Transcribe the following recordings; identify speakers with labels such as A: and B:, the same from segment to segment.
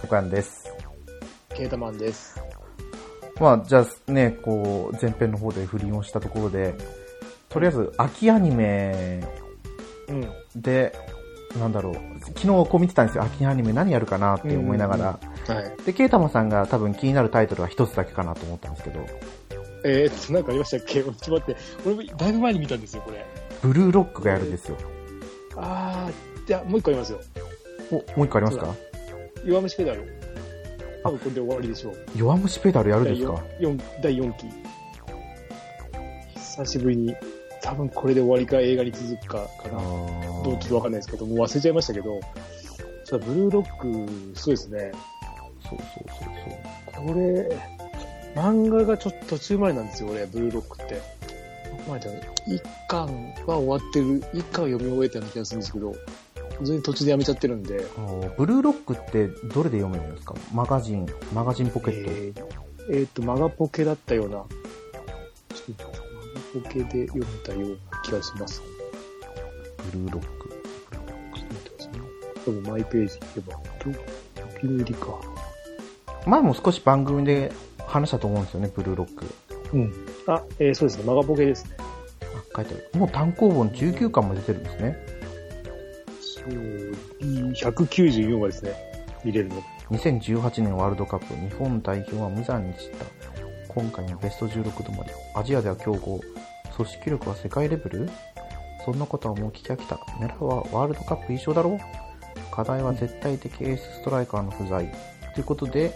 A: 股間です。
B: ケータマンです。
A: まあ、じゃあね、こう、前編の方で不倫をしたところで、とりあえず、秋アニメ
B: うん。
A: で、なんだろう、昨日こう見てたんですよ。秋アニメ何やるかなって思いながら。
B: はい。
A: で、ケイタマさんが多分気になるタイトルは一つだけかなと思ったんですけど、
B: えー、っと、なんかありましたっけちょっと待って。俺もだいぶ前に見たんですよ、これ。
A: ブルーロックがやるんですよ。
B: あー、じゃあもう一個ありますよ。
A: お、もう一個ありますか
B: 弱虫ペダル。多分これで終わりでしょう。
A: 弱虫ペダルやるで
B: 第
A: すか
B: 4, 四第四期。久しぶりに、多分これで終わりか映画に続くかか
A: あ
B: な。
A: ー
B: どうちょっとわかんないですけど、もう忘れちゃいましたけど、そうブルーロック、そうですね。
A: そうそうそうそう。
B: これ、漫画がちょっと途中までなんですよ、俺、ブルーロックって。まあ、じゃあ一巻は終わってる、一巻は読み終えたような気がするんですけど、普通に途中でやめちゃってるんで、
A: あーブルーロックってどれで読めるんですかマガジン、マガジンポケット。
B: えーえーと、マガポケだったような、ちょっとマガポケで読めたような気がします。
A: ブルーロック。
B: ちょっと待ってくださいね多分マイページ行けば、と、お気に入りか。
A: 前も少し番組で話したと思うんですよね、ブルーロック。
B: うん。あ、えーそうですね、マガポケですね。
A: あ、書いてある。もう単行本19巻も出てるんですね。
B: そう、194話ですね、見れるの。
A: 2018年ワールドカップ日本代表は無残に散った今回のベスト16止まりアジアでは強豪組織力は世界レベルそんなことはもう聞き飽きた狙うはワールドカップ優勝だろ課題は絶対的エースストライカーの不在ということで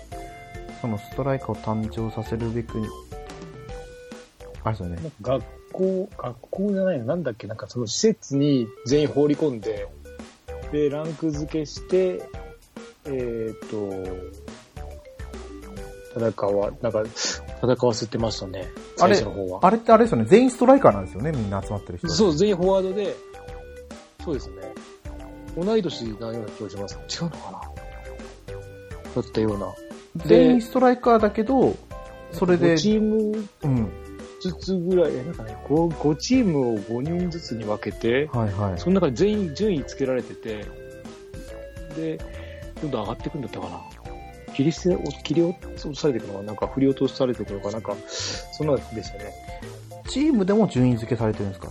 A: そのストライカーを誕生させるべくあれですよね
B: 学校、学校じゃないの、なんだっけ、なんかその施設に全員放り込んで、で、ランク付けして、えーっ、と、戦わ、なんか、戦わせてましたね。
A: あ
B: 最
A: れ
B: 初の方は。
A: あれってあれですよね全員ストライカーなんですよねみんな集まってる人
B: そう、全員フォワードで、そうですね。同い年なような気がします。違うのかなだったような。
A: 全員ストライカーだけどそれで
B: 5チーム
A: うん
B: ずつぐらい、えなんかね、5, 5チームを5人ずつに分けて、
A: はいはい
B: その中で全員順位つけられてて、で、どんどん上がっていくんだったかな。切り捨て、切り落とされていくのか、なんか振り落とされていくのか、なんか、そんなでしたね。
A: チームでも順位付けされてるんですか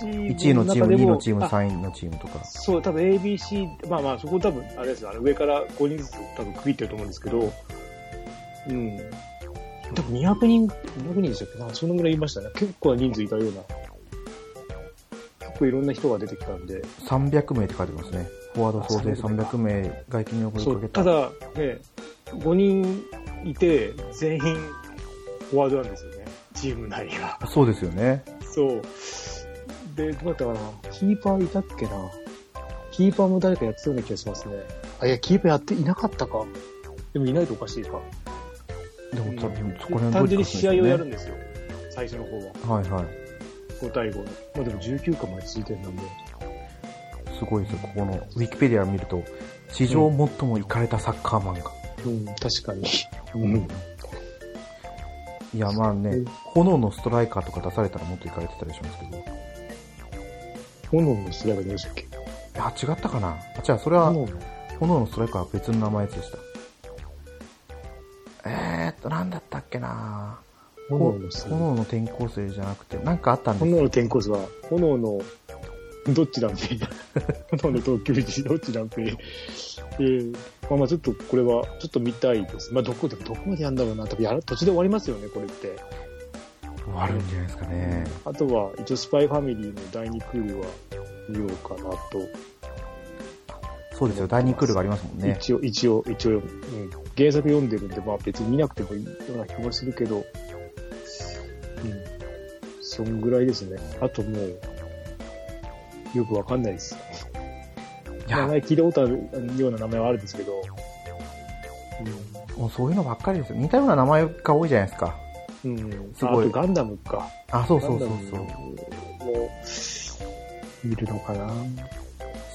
A: 1位のチーム、2位のチーム、3位のチームとか。
B: そう、多分 ABC、まあまあ、そこ多分、あれですよ、あの上から5人ずつ多分区切ってると思うんですけど、うん。多分200人、200人でしたっけな、そのぐらいいましたね。結構な人数いたような。結構いろんな人が出てきたんで。
A: 300名って書いてますね。フォワード総勢300名、外見を声
B: そ
A: か
B: う
A: け
B: た
A: た。
B: だ、ね、5人いて、全員フォワードなんですよね、チーム内が。
A: そうですよね。
B: そう。で、どうだったかな、キーパーいたっけな、キーパーも誰かやってたような気がしますね。あ、いや、キーパーやっていなかったか。でもいないとおかしいか。
A: でも、多分そこら辺
B: 単純に試合をやる
A: ん
B: んですよ、最初の方は、
A: はいはい。
B: 5対5の。まあでも19巻まで続いてるんで、
A: すごいですよ。ここの、ウィキペディアを見ると、史上最もイかれたサッカー漫画。
B: うん、確かに。
A: うんいや、まあ
B: う
A: ね
B: ん、
A: 炎のストライカーとか出されたらもっとイかれてたりしますけど。
B: 炎のスライダーでしたっけ
A: あ、違ったかなあ、違う、それは、
B: 炎の。
A: 炎のストライカーは別の名前でした。えーっと、なんだったっけな
B: 炎のスライダー
A: 炎の転校生じゃなくて、なんかあったんです
B: 炎の
A: よ。
B: 転校生は、炎の、どっちだんぺ炎の投球児、どっちだんぺえー、まあまあちょっとこれは、ちょっと見たいです。まあどこで、どこまでやんだろうな、多分やる途中で終わりますよね、これって。
A: 終わるんじゃないですかね。
B: あとは、一応スパイファミリーの第2クールは見ようかなと。
A: そうですよ、第2クールがありますもんね。
B: 一応、一応、一応、うん、原作読んでるんで、まあ別に見なくてもいいような気もするけど、うん、そんぐらいですね。あともう、よくわかんないです。
A: い
B: 名
A: や、
B: 前聞いたことあるような名前はあるんですけど、
A: もうそういうのばっかりですよ。似たような名前が多いじゃないですか。
B: うん。うん、
A: すごい
B: あとガンダムか。
A: あ、そうそうそうそう。
B: そう。見るのかな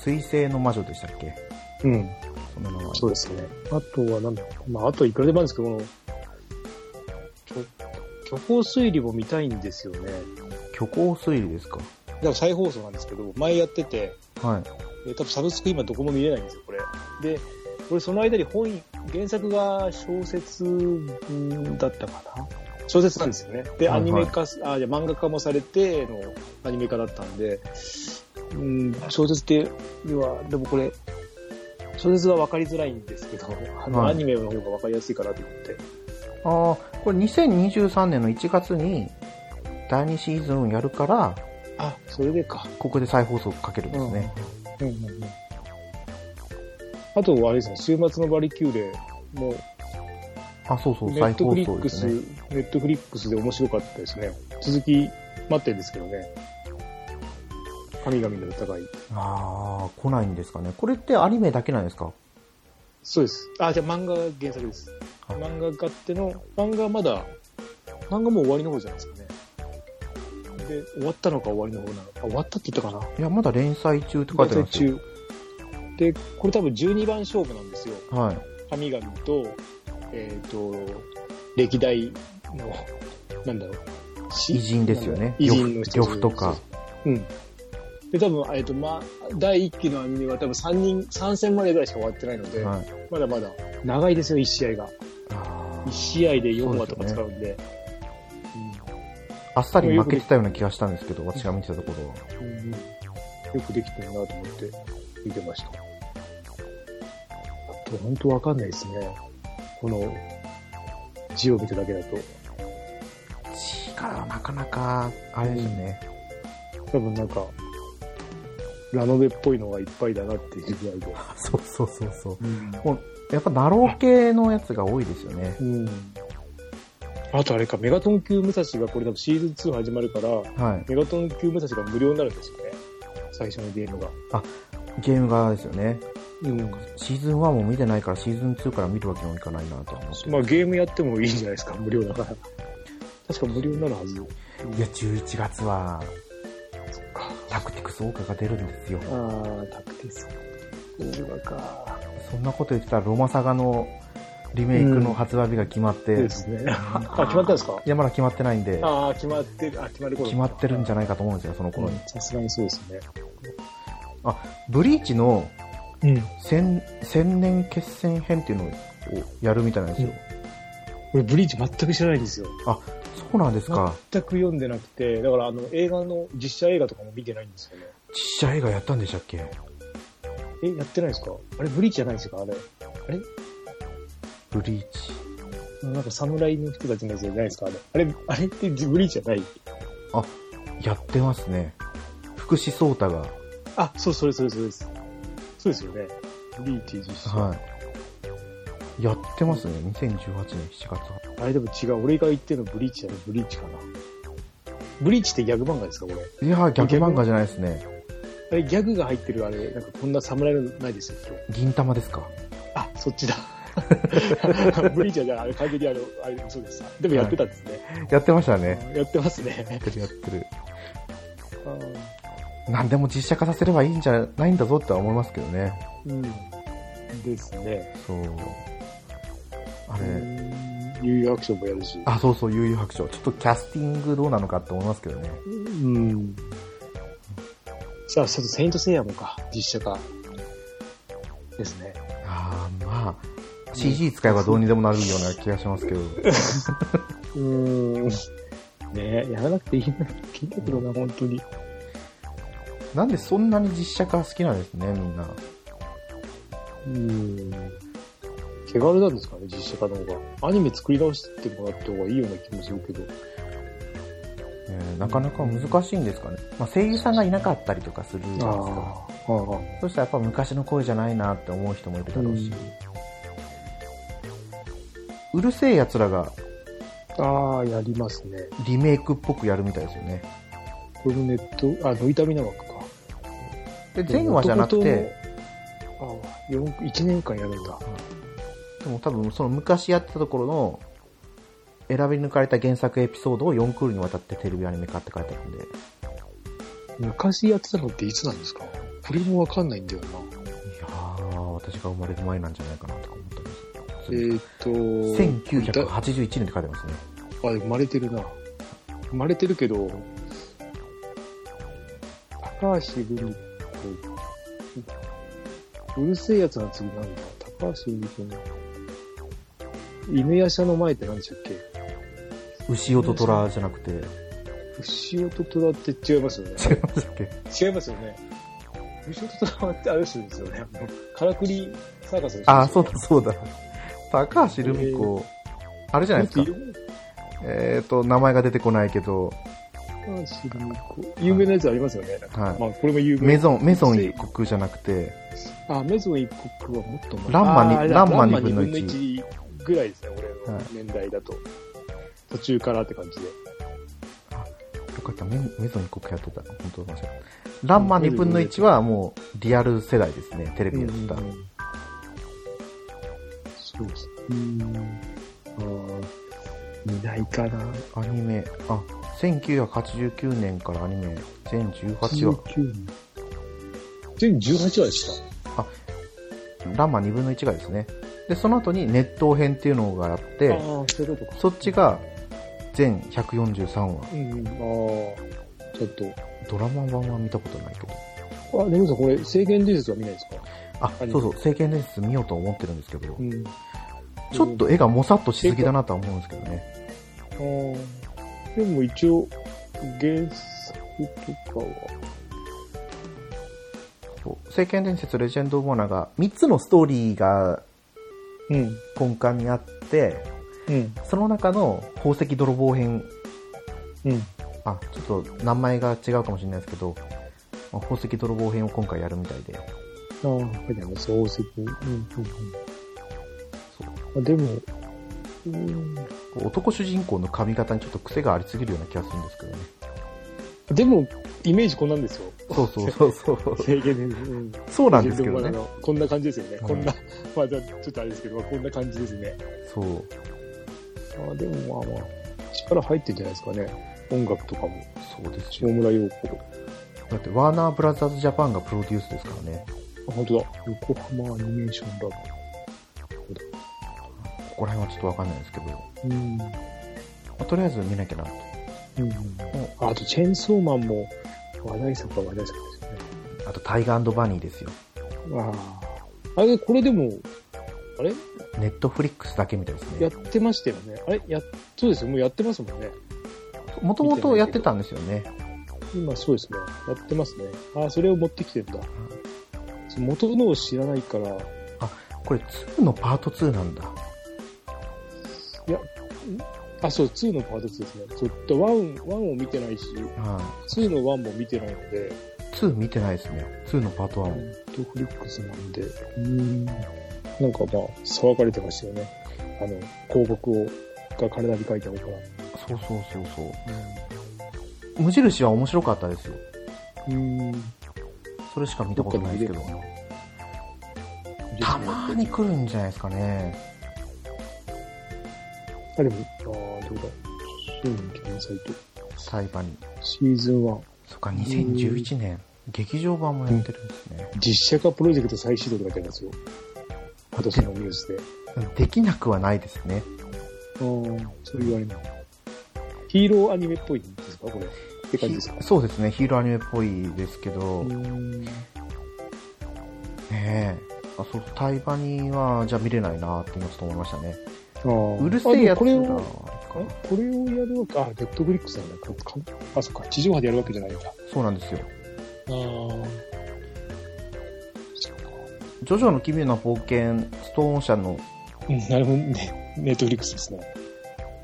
A: 水星の魔女でしたっけ
B: うん、
A: その名前。
B: そうですね。あとはなんだろう。まあ、あといくらでもあるんですけど、この、虚虚構推理も見たいんですよね。
A: 虚構推理ですか。
B: でも再放送なんですけど、前やってて、
A: はい。
B: えー多分サブスク今どこも見れないんですよ、これ。で、俺その間に本原作が小説だったかな小説なんですよね。で、
A: はいはい
B: アニメ化す、あ、じゃあ漫画化もされてのアニメ化だったんで、うん、小説って、要は、でもこれ、小説は分かりづらいんですけど、あの、
A: はい
B: アニメの方が分かりやすいかなと思って。
A: ああ、これ2023年の1月に第2シーズンやるから、
B: あ、それでか。
A: ここで再放送かけるんですね。
B: うんうんうん。あと、あれですね、週末のバリキューレも、
A: あ、そうそう、
B: ネ
A: 再
B: ット
A: 放
B: フリッ
A: 送で
B: クス、
A: すね。
B: ネットフリックスで面白かったですね。続き待ってるんですけどね。神々の戦い。
A: ああ、来ないんですかね。これってアニメだけなんですか
B: そうです。あ、じゃあ漫画が原作です。
A: あ
B: 漫画買っての、漫画はまだ、漫画もう終わりの方じゃないですかね。で、終わったのか終わりの方なのか。あ終わったって言ったかな。
A: いや、まだ連載中って書いてありますよ。
B: 連載中。で、これ多分12番勝負なんですよ。
A: はい。
B: 神々と、えっ、と、歴代の、なんだろう、し
A: 偉人ですよね。
B: 偉人の人
A: 呂布とか。。
B: うん。で、多分、えっ、と、まあ、第一期のアニメは多分3人、3戦までぐらいしか終わってないので、
A: はい。
B: まだまだ長いですよ、1試合が。
A: あ
B: 1
A: ー
B: 試合で4話とか使うんで。
A: あっさり負けてたような気がしたんですけど、私が見てたところは。
B: うんうんよくできてるなと思って見てました。あと、本当わかんないですね。この、字を見ただけだと。
A: 力はなかなか、あれですね。
B: 多分なんか、ラノベっぽいのがいっぱいだなっていうぐらいで。
A: そうそうそうそう。
B: うん
A: やっぱ、ナロー系のやつが多いですよね。
B: うん。あとあれか、メガトン級武蔵がこれ多分シーズン2始まるから、
A: はい。
B: メガトン級武蔵が無料になるんですよね。最初のゲームが。
A: ゲーム側ですよね。
B: うん。
A: シーズン1も見てないから、シーズン2から見るわけにもいかないなとは思って。
B: まあゲームやってもいいんじゃないですか、無料だから。確か無料になるはず。
A: いや、11月は、
B: そっか。
A: タクティクスオーカが出るんですよ。
B: ああ、タクティス。映画か。
A: そんなこと言ってたら、ロマサガのリメイクの発売日が決まって、
B: で
A: い
B: すね。あ、決まったんですか
A: や、まだ決まってないんで、
B: ああ、決まってる、あ、決まる頃
A: 決まってるんじ
B: ゃ
A: ゃないかと思うんですよ、その頃に。
B: さすがにそうですね。
A: ブリーチの
B: うん。
A: 千千年決戦編っていうのをやるみたいなんですよ。
B: 俺、ブリーチ全く知らないんですよ。
A: そうなんですか。
B: 全く読んでなくて、だからあの映画の、実写映画とかも見てないんですよね。
A: 実写映画やったんでしたっけ
B: え、やってないですかあれ、ブリーチじゃないですかあれ。
A: ブリーチ。
B: なんか侍の人たちのやつじゃないですかあれ。あれ、あれってブリーチじゃない
A: やってますね。福士蒼太が。
B: あ、そう、それ、それ、それです。そうですよね。ブリーチ実写。
A: はい。やってますね。2018年7月。
B: あれでも違う。俺が言ってるのブリーチやね。ブリーチかな。ブリーチってギャグ漫画ですかこれ。
A: いやー、逆漫画じゃないですね。
B: あれ、ギャグが入ってるあれ、なんかこんな侍のないですよ、今日。
A: 銀玉ですか。
B: あ、そ っちだ。ブリーチはじゃあ、あれ、完全にあの、あれ、そうです。でもやってたんですね。
A: やってましたね。
B: やってますね。
A: やってるやってる。何でも実写化させればいいんじゃないんだぞっては思いますけどね。
B: うん。ですね。
A: そう。あれ、
B: 有遊アクションもやるし。
A: あ、そうそう、悠々白書。ちょっとキャスティングどうなのかって思いますけどね。
B: うん。さあ、ちょっとセイントセイヤもか、実写化。ですね。
A: ああ、まあ、CG 使えばどうにでもなるような気がしますけど。
B: うん。ねやらなくていいな。聞いてくるな、本当に。
A: なんでそんなに実写化好きなんですね、みんな。
B: うん。手軽なんですかね、実写化の方が。アニメ作り直してもらった方がいいような気もするけど。
A: えーなかなか難しいんですかね。まあ、声優さんがいなかったりとかするじゃないですか。
B: ああ。
A: そしたらやっぱ昔の声じゃないなって思う人もいるだろうし。うるせえ奴らが
B: ああ、やりますね。
A: リメイクっぽくやるみたいですよね。
B: これもネット、あ、ノイタミナ枠か。
A: で、前話じゃなくて、
B: 元々も。ああ、4 1年間やるんだ。
A: でも多分その昔やってたところの、選び抜かれた原作エピソードを4クールにわたってテレビアニメ化って書いてあるんで、
B: 昔やってたのっていつなんですかこれもわかんないんだよな。
A: いやー、私が生まれる前なんじゃないかなとか思ったり
B: え
A: する。
B: ーっと、だ
A: 1981年って書いてますね。
B: あ、生まれてるな。生まれてるけど、高橋文子、うるせえやつの次なんだ。高橋文子の、犬屋舎の前って何でしたっけ
A: 牛尾と虎じゃなくて、違い
B: 牛尾と虎って違いますよね
A: ま。したっけ
B: 違いますよね。牛尾と虎ってあれですよね。あのからくりサーカスの人ですよね
A: ああ、そうだ、そうだ。高橋留美子、あれじゃないですか
B: よく。いる
A: えっ、と、名前が出てこないけど、
B: 高橋留美子有名なやつありますよね。なんか
A: はい
B: まあ、これも有名。
A: メゾン、メゾン一国じゃなくて、
B: あ、メゾン一国はもっと前
A: ランマに
B: あー
A: ランマ
B: ラ
A: 二分の一
B: 二一ぐらいですね、俺
A: は
B: の
A: い
B: 年代だと。途中からって感じで。
A: よかった、メメゾン一国やってた。本当ごめんなさい。ランマ二分の一はもうリアル世代ですね、テレビでやってた。
B: うんうんうんそうです。うん。ああ、いないかな。
A: アニメ、あ、1989年からアニメ、全18話。
B: 19人。全18話でし。
A: ランマ二分の一がですね。で、その後に熱湯編っていうのがあったて、
B: ああ、そういうことか。
A: そっちが全143話。
B: うんうん。ああ、ちょっと。
A: ドラマ版は見たことないけど。
B: あ、根本さん、これ、制限伝説は見ないですか
A: あ、
B: アニメ
A: そうそう、聖剣伝説見ようと思ってるんですけど、
B: ん。
A: ちょっと絵がもさっとしすぎだなとは思うんですけどね。
B: ああでも一応、原作とかは。
A: そう聖剣伝説レジェンドオブモナーが3つのストーリーが
B: うん。
A: 根幹にあって、
B: うん。
A: その中の宝石泥棒編、
B: うん。
A: あ、ちょっと名前が違うかもしれないですけど、まあ宝石泥棒編を今回やるみたいで、
B: ああ、はい、でも漱石。うん。うん
A: そう
B: うん。あでも、うん。
A: こう男主人公の髪型にちょっと癖がありすぎるような気がするんですけどね。
B: でも、イメージこんなんですよ。
A: そうそうそうそう。
B: 制限伝説。うん。
A: そう なんですけど
B: レジ
A: ね。
B: ェンドオブマナーのこんな感じですよね。
A: うん
B: こんな、 まあ、じゃあちょっとあれですけど、まあこんな感じですね。
A: そう。
B: ああ、でもまあまあ、力入ってんじゃないですかね。音楽とかも。
A: そうです
B: 下
A: よ。
B: 村陽子。
A: だって、ワーナーブラザーズジャパンがプロデュースですからね。
B: あ、本当だ。横浜アニメーションラボ。
A: ここら辺はちょっとわかんないですけど、ま
B: うん。
A: あとりあえず見なきゃなと。
B: うんあと、チェーンソーマンも話題作は話題作ですよね。
A: あと、タイガーバニーですよ。
B: ああ。あれ、これでも、あれ
A: ネットフリックスだけみたいです
B: やっ
A: ね。
B: てましたよね。あれや、そうですよ。もうやってますもんね。
A: もともとやってたんですよね。
B: 今、そうですね。やってますね。ああ、それを持ってきてんだ。そう元のを知らないから、い
A: これ2のパート2なんだ。
B: や、んあ、そう、2のパート2ですね。ちょっと1、1を見てないし、
A: は
B: 2の1も見てないので、
A: い。2見てないですね。2のパート1
B: ネ
A: を。
B: ットフリックスなんで、うん。なんかまあ、騒がれてましたよね。あの、広告を、が体に書いてあるから。
A: そうそうそうそう。無印は面白かったですよ。
B: うん。
A: それしか見たことないですけど。たまに来るんじゃないですかね。
B: あ、でも、ああ、どうだ。そういうの来なさいと。
A: タイバニー。
B: シーズン1、
A: そっか、2011年。劇場版もやってるんですね。
B: 実写化プロジェクト再始動とか書いてありますよ。今年のニュースで。
A: できなくはないですね。
B: ああ、そういうあれなの。ヒーローアニメっぽいんですかこれ。って感じですか
A: そうですね、ヒーローアニメっぽいですけど、ね
B: ん。
A: え。あ、そう、タイバニーは、じゃあ見れないなって今ちょっと思いましたね。
B: ああ
A: うるせえやつ
B: あで
A: だ
B: もこれ
A: な
B: をあこれをやるわけ、あ、ネットフリックスなんだ。これかあ、そっか、地上波でやるわけじゃないんだ。あ
A: そうなんですよ。
B: あ。そっか。
A: ジョジョの奇妙な冒険、ストーン社の、
B: うん、なるほどね。ネットフリックスですね。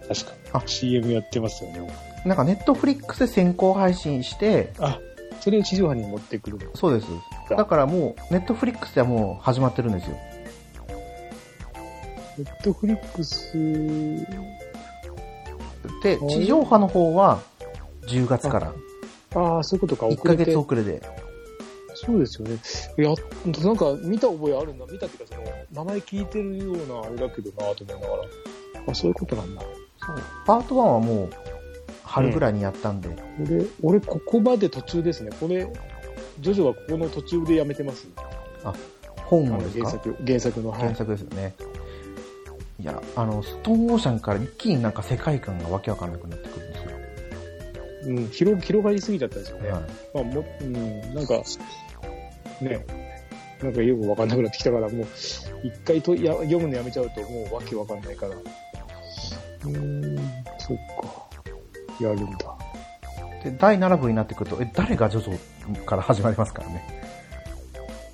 B: 確か。
A: あ
B: CM やってますよね。
A: なんかネットフリックスで先行配信して、
B: あ、それを地上波に持ってくる。
A: そうです。だからもう、ネットフリックスではもう始まってるんですよ。
B: ネットフリックス、
A: で、地上波の方は、10月から、
B: ああ、そういうことか、
A: 1
B: 遅
A: ヶ
B: れて。
A: 月遅れで。
B: そうですよね。いや、なんか見た覚えあるんだ。見たっていうか、その、名前聞いてるようなあれだけどなと思いながら。あ、そういうことなんだ。
A: そう。パート1はもう、春ぐらいにやったんで、
B: 俺、俺、ここまで途中ですね。これ、ジョジョはここの途中でやめてます。
A: 本
B: あ
A: を
B: の
A: です
B: 原
A: か
B: 作、原作の。は
A: 原
B: い。
A: 作ですよね。いや、あの、ストーンオーシャンから一気になんか世界観がわけわかんなくなってくるんですよ。
B: うん、広、広がりすぎちゃったんですよね。
A: はい
B: まあ、も、うん、なんか、ね、なんかよくわかんなくなってきたから、もう、一回とや読むのやめちゃうと、もうわけわかんないから。うーん、そっか。やるんだ。
A: で、第7部になってくると、え、誰がジョジョから始まりますからね。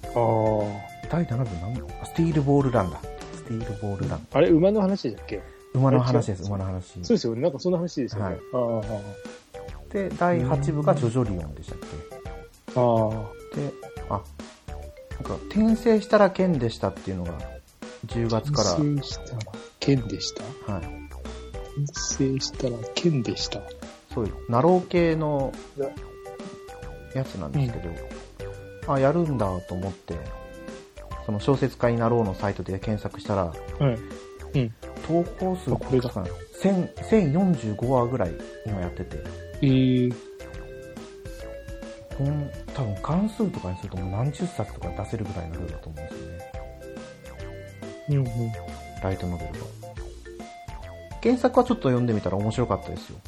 B: ああ。
A: 第7部なんだスティールボールランだ。スティールボールラン。
B: あれ、馬の話だっけ
A: 馬の話です、馬の話。
B: そうですよね。なんかそんな話ですよ
A: は
B: ね。
A: い
B: あ
A: で、第8部がジョジョリオンでしたっ
B: あ。ああ。
A: けで、あ、なんか、転生したら剣でしたっていうのが、10月か
B: 転生したら剣でした。
A: ら、はい。
B: 転生したら剣でした。
A: そういう、ナロー系のやつなんですけど、あ、やるんだと思って、その小説家になろうのサイトで検索したら、
B: はい。
A: 投稿数
B: あこれだ
A: かな1000 1045話ぐらい今やってて、
B: えー、
A: ほん多分関数とかにするともう何十冊とか出せるぐらいの量だと思うんですよね。
B: うんうん。
A: ライトノベルが。原作はちょっと読んでみたら面白かったですよ。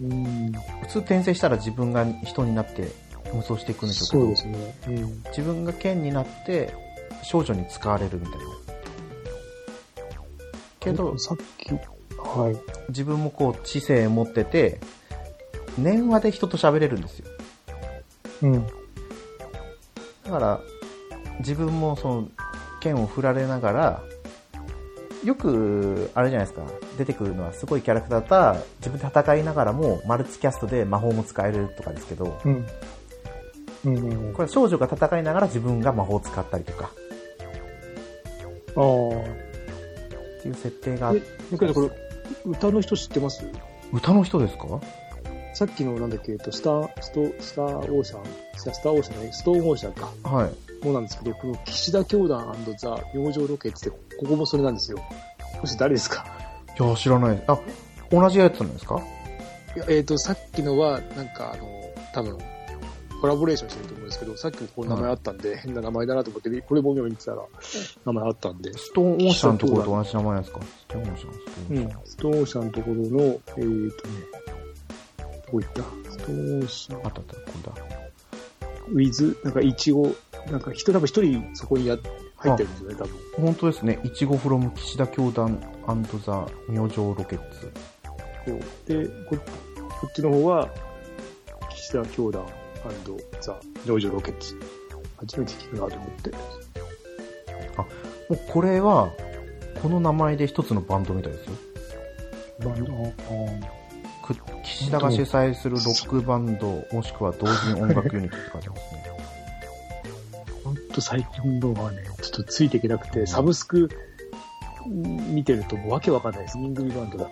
B: うん、
A: 普通転生したら自分が人になって無双していくんでしょうけど、
B: そうですね。うん。
A: 自分が剣になって少女に使われるみたいな。けど、
B: さっき、はい。
A: 自分もこう知性持ってて、年話で人と喋れるんですよ。
B: うん。
A: だから、自分もその、剣を振られながら、よく、あれじゃないですか、出てくるのはすごいキャラクターだったら、自分で戦いながらも、マルチキャストで魔法も使えるとかですけど、こ
B: うん。うんうんうん。あ
A: れは少女が戦いながら自分が魔法を使ったりとか、
B: あ。
A: っていう設定が
B: え、向井さんこれ、歌の人知ってます
A: 歌の人ですか
B: さっきの、なんだっけ、えっと、スター、スト、スターオーシャン、スタスターオーシャンね、ストーンオーシャンか。
A: はい。
B: もうなんですけど、この岸田教団ザ・明星ロケッツって、ここもそれなんですよ。もし誰ですか
A: いや、知らない。あ、同じやつなんですか
B: いやえっ、と、さっきのは、なんか、あの、多分、コラボレーションしてると思うんですけど、さっきもこの名前あったんで、変な名前だなと思って、これも今見てたら、名前あったんで、
A: ストーンオーシャンのところと同じ名前なんですかストーンオーシャン、ストー
B: う
A: ンオーシャン
B: ん。ストーンオーシャンのところの、えっ、とね、どこ行ったストーンオーシャン
A: あ、ったあった、これだ。
B: ウィズ、なんかイチゴ、なんか人、多分一人そこにや入ってるんですよね、多分。
A: 本当ですね。いちごフロム岸田教団ザ明星ロケッツ。
B: そうでこ、こっちの方は、岸田教団ザ・ジョージョロケッツ。初めて聞くなと思って。
A: もうこれは、この名前で一つのバンドみたいですよ。
B: バンド
A: く岸田が主催するロックバンド、もしくは同人音楽ユニットって書いてますね。
B: ほんと最近のはね、ちょっとついていけなくて、サブスク見てるともうわけわかんないです。人組バンドだ。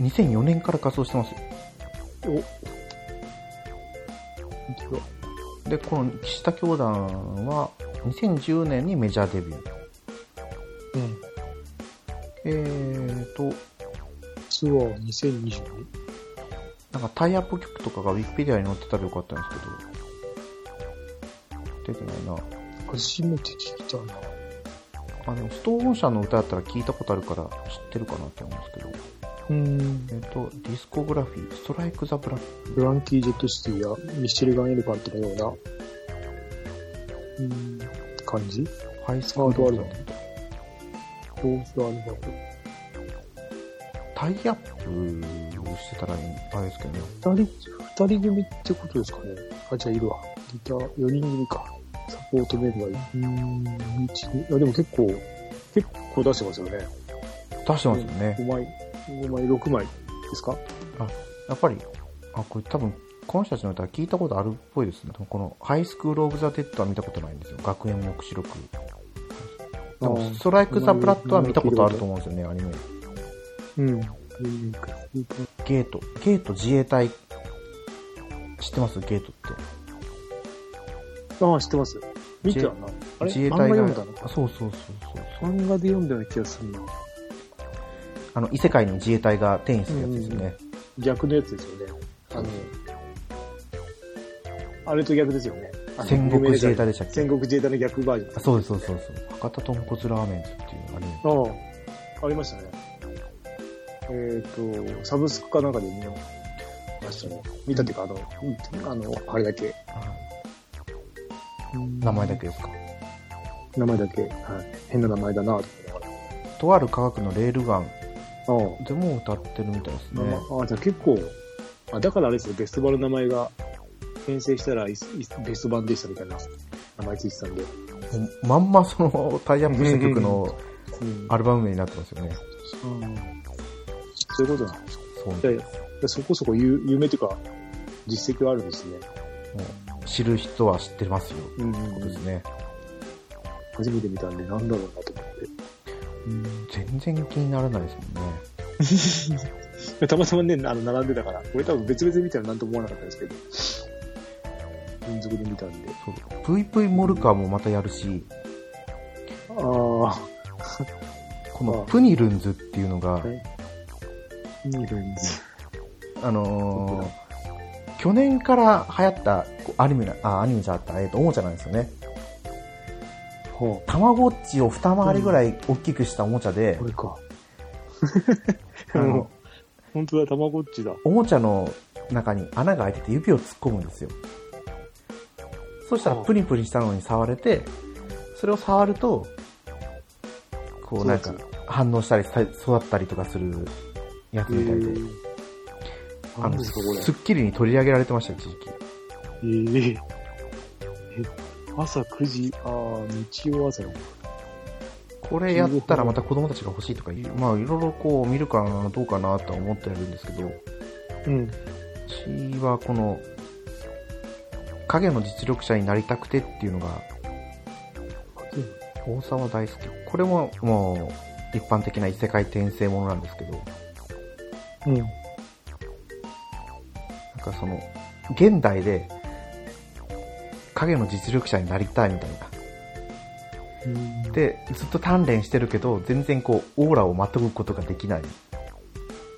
A: 2004年から活動してますよ。
B: お本当だ
A: で、この岸田教団は、2010年にメジャーデビュー。
B: うん。
A: えーと、
B: ツアー2022。
A: なんかタイアップ曲とかがウィキペディアに載ってたらよかったんですけど、出てないな。
B: 初めて聞いたな。
A: あの、ストーン社の歌だったら聞いたことあるから知ってるかなって思うんですけど、
B: うん。
A: えっと、ディスコグラフィー、ストライク・ザ・ブラック。
B: ブランキー・ジェット・シティやミッシェル・ガン・エルファントのような、うん、感じ
A: ハイスクール
B: あどうあるコースアルバム。
A: タイアップをしてたらいいあれですけどね。
B: 二人、二人組ってことですかねあ、じゃあいるわ。ギター、四人組か。サポートメンバーいる。うん、一、二。あ、でも結構、結構出してますよね。
A: 出してますよね。
B: 5枚、5枚、6枚ですか
A: やっぱり、あ、これ多分、この人たちの歌聞いたことあるっぽいですね。でもこの、ハイスクール・オブ・ザ・デッドは見たことないんですよ。学園目視録。で
B: あ
A: も、
B: ー
A: ストライク・ザ・ブラッドは見たことあると思うんですよね、アニメ。
B: うん。うん
A: ゲート。ゲート自衛隊。知ってますゲートって。
B: ああ、知ってます。見てはな。あれ
A: 自衛
B: 漫
A: 隊
B: 画
A: が
B: 読んだのか
A: あそうそうそうそうそう。
B: 漫画で読んだような気がするな。
A: あの、異世界の自衛隊が転移するやつですよね。
B: 逆のやつですよね。あの、あれと逆ですよね。あの
A: 戦国自衛隊でしたっけ
B: 戦国自衛隊の逆バージョン
A: あそうです、そうです、そうです。博多豚骨ラーメンズっていうアニメ。
B: ああ、ありましたね。えっ、と、サブスクかなんかで見ましたね。見たっていうか、あの、うんあの、あれだけ。
A: 名前だけですか。
B: 名前だけ、はい、変な名前だなと思いながら。
A: とある科学のレールガン
B: ああ
A: でも歌ってるみたいですね。
B: ああ、じゃあ結構、あだからあれですね、ベスト版の名前が、編成したらいいベスト版でしたみたいな名前ついてたんで。
A: もうまんまそのタイアップした曲の
B: うん
A: アルバム名になってますよね。
B: うんそういうことなんですか。
A: そう
B: いやいや、そこそこ有有名というか、実績はあるんですね。
A: もう知る人は知ってますよ。
B: うん、
A: そうですね。
B: 初めて見たんで、なんだろうなと思って。
A: 全然気にならないですもんね。
B: たまたまね、あの、並んでたから、これ多分別々で見たらなんとも思わなかったんですけど、連続で見たんで。
A: そう。ぷいぷいモルカーもまたやるし、
B: ああ、
A: このプニルンズっていうのが、
B: 見るんです。
A: あのー去年から流行ったこうアニメな、あ、アニメじゃあった、えっと、おもちゃなんですよね。
B: ほ
A: たまごっちを二回りぐらい大きくしたおもちゃで、
B: う、これ か。
A: あ
B: う
A: の
B: ん、本当だ、たまごっちだ。
A: おもちゃの中に穴が開いてて指を突っ込むんですよ。そしたら
B: うん
A: プニプニしたのに触れて、それを触ると、こうなんか
B: そうで
A: 反応したりさ育ったりとかするやつみたいで、あ
B: 何
A: の、
B: ですか、これ。
A: スッキリに取り上げられてました、一時期。
B: ええ朝9時、ああ、日曜朝の。
A: これやったらまた子供たちが欲しいとかいう、まあいろいろこう見るかな、どうかなとは思ってるんですけど、
B: うん。
A: 私はこの、影の実力者になりたくてっていうのが大沢大輔。これももう一般的な異世界転生ものなんですけど、なん
B: うん。
A: かその、現代で影の実力者になりたいみたいな。
B: うん、
A: で、ずっと鍛錬してるけど、全然こう、オーラをまとうことができない。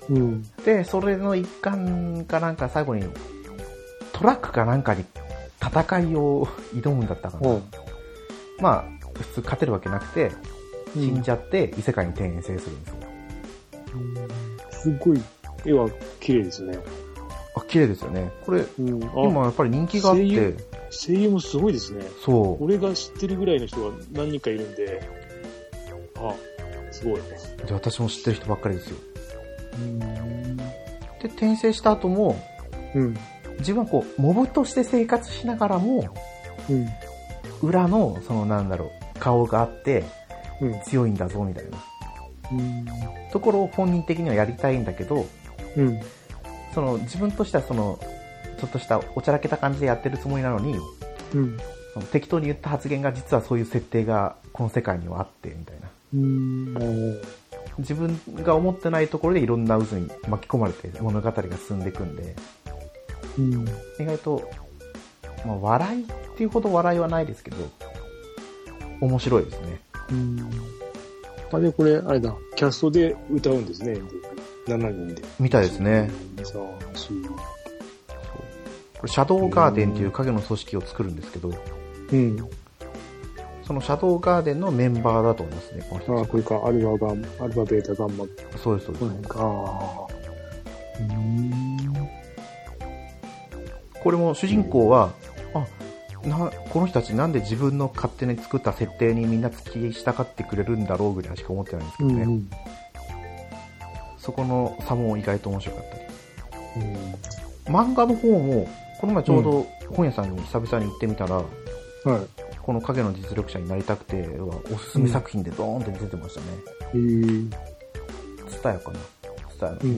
B: うん。
A: で、それの一環かなんか最後に、トラックかなんかに戦いを挑むんだったかな。
B: ほ
A: まあ、普通勝てるわけなくて、
B: う。
A: 死んじゃって異世界に転生するんですよ。
B: すごい、絵は綺麗ですね。
A: あ、綺麗ですよね。これ、
B: うん。あ、
A: 今やっぱり人気があっ
B: 声
A: て
B: 優、声優もすごいですね。
A: そう。
B: 俺が知ってるぐらいの人が何人かいるんで、あ、すごい。
A: で、私も知ってる人ばっかりですよ。
B: うん。
A: で、転生した後も、
B: うん。
A: 自分はこう、モブとして生活しながらも、
B: うん。
A: 裏の、そのなんだろう、顔があって、
B: うん。
A: 強いんだぞ、みたいなところを本人的にはやりたいんだけど、
B: うん。
A: その、自分としてはその、ちょっとしたおちゃらけた感じでやってるつもりなのに、
B: うん。
A: その適当に言った発言が実はそういう設定がこの世界にはあって、みたいな。
B: うん。うん。
A: 自分が思ってないところでいろんな渦に巻き込まれて物語が進んでいくんで、
B: うん。
A: 意外と、まあ、笑いっていうほど笑いはないですけど、面白いですね。
B: うん。あれ、これ、あれだ、キャストで歌うんですね、エンディング7人で。
A: みたいですね。
B: さあ、し
A: これ、シャドウガーデンっていう影の組織を作るんですけど、
B: うん。
A: そのシャドウガーデンのメンバーだと思いますね、この人
B: ああ、これか、アルファガン、アルファベータガンマ、こ
A: たち。そうです、そうです。
B: の辺か。うん。
A: これも主人公は、あ、な、この人たちなんで自分の勝手に作った設定にみんな付き従ってくれるんだろうぐらいしか思ってないんですけ
B: う
A: ど
B: ん。
A: ね。
B: うん。
A: そこの差も意外と面白かったり。漫画の方も、この前ちょうど本屋さんに久々に行ってみたら、
B: はい。
A: この影の実力者になりたくてはおすすめ作品でドーンって出てましたね。
B: えー、
A: ツタヤかな。ツタヤの
B: うん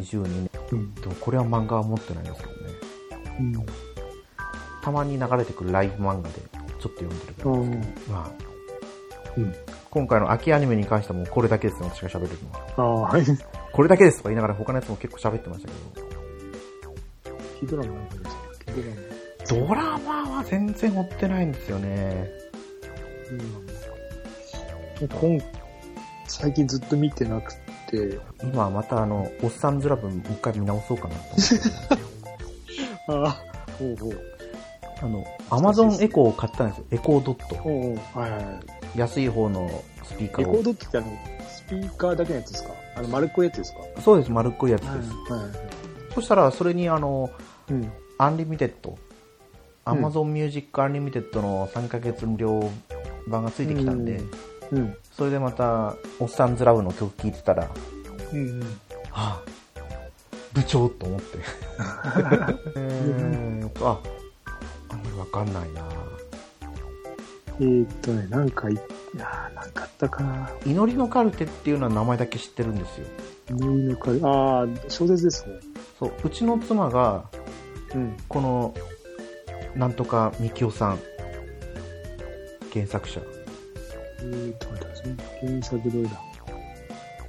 A: 2022年。
B: うん。
A: でもこれは漫画は持ってないんですけどね。
B: うん。
A: たまに流れてくるライフ漫画でちょっと読んでるぐらいですけど。まあ、
B: うん
A: 今回の秋アニメに関してはもうこれだけですね、私が喋るのは。
B: ああ、はい。
A: これだけですとか言いながら他のやつも結構喋ってましたけ
B: ヒドラマなんかですかヒドラマ。
A: ど、ドラマは全然追ってないんですよね。
B: うん。今、最近ずっと見てなくて、
A: 今またあの、おっさんずラブもう一回見直そうかなと思って。
B: ああ、ほうほう。
A: あの、アマゾンエコーを買ったんですよ。エコードット。
B: ほうほう。はいはいはい。
A: 安い方のスピーカ
B: レ
A: ー
B: コー
A: を。
B: ドってあの、スピーカーだけのやつですかあの、丸っこいやつですか
A: そうです、丸っこいやつです。
B: はい。
A: そしたら、それにあの、
B: うん。
A: アンリミテッド。
B: ん
A: Amazon Music Unlimited の3ヶ月無料版がついてきたんで、
B: うんうん。
A: それでまた、おっさんずラブの曲聴いてたら、は
B: うんうん。
A: あ、部長と思 って。えーっと、あ、あんまりわかんないな
B: えーっとね、なんかい、あーなんかあったかな。
A: 祈りのカルテっていうのは名前だけ知ってるんですよ。
B: 匂いの香り。ああ、小説ですね。
A: そう、うちの妻が、
B: うん。
A: この、なんとかみきおさん、原作者、
B: えーっと、待ってくださいね。原作どれだ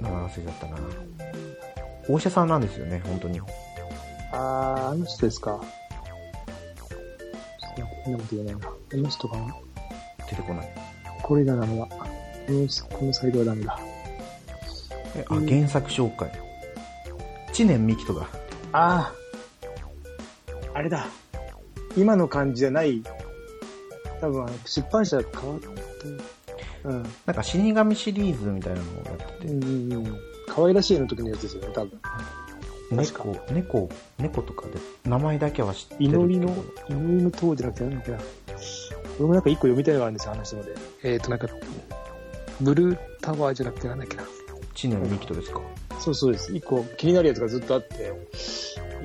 A: 名前忘れちゃったなお医者さんなんですよね、本当に。
B: あー、あの人ですか。ちょっと変なこと言えないな。あの人かな
A: 出てこない。
B: これがダメだ。この、このサイトはダメだ。
A: えあ、原作紹介。知念みきとだ。
B: ああ、あれだ。今の感じじゃない、多分あの出版社変わった。うん。
A: なんか死神シリーズみたいなのをやって
B: う
A: て、
B: んうんうん。可愛らしいの時のやつですよね、多分。確か
A: 猫、猫、猫とかで、名前だけは知ってるけど。
B: 祈りの、祈りの塔じゃなくてなんだっけな。俺もなんか一個読みたいのがあるんですよ、話ので。えっ、と、なんか、ブルータワーじゃなくてなんだっけな。
A: 知念みきとですか。
B: そうそうです。一個気になるやつがずっとあって、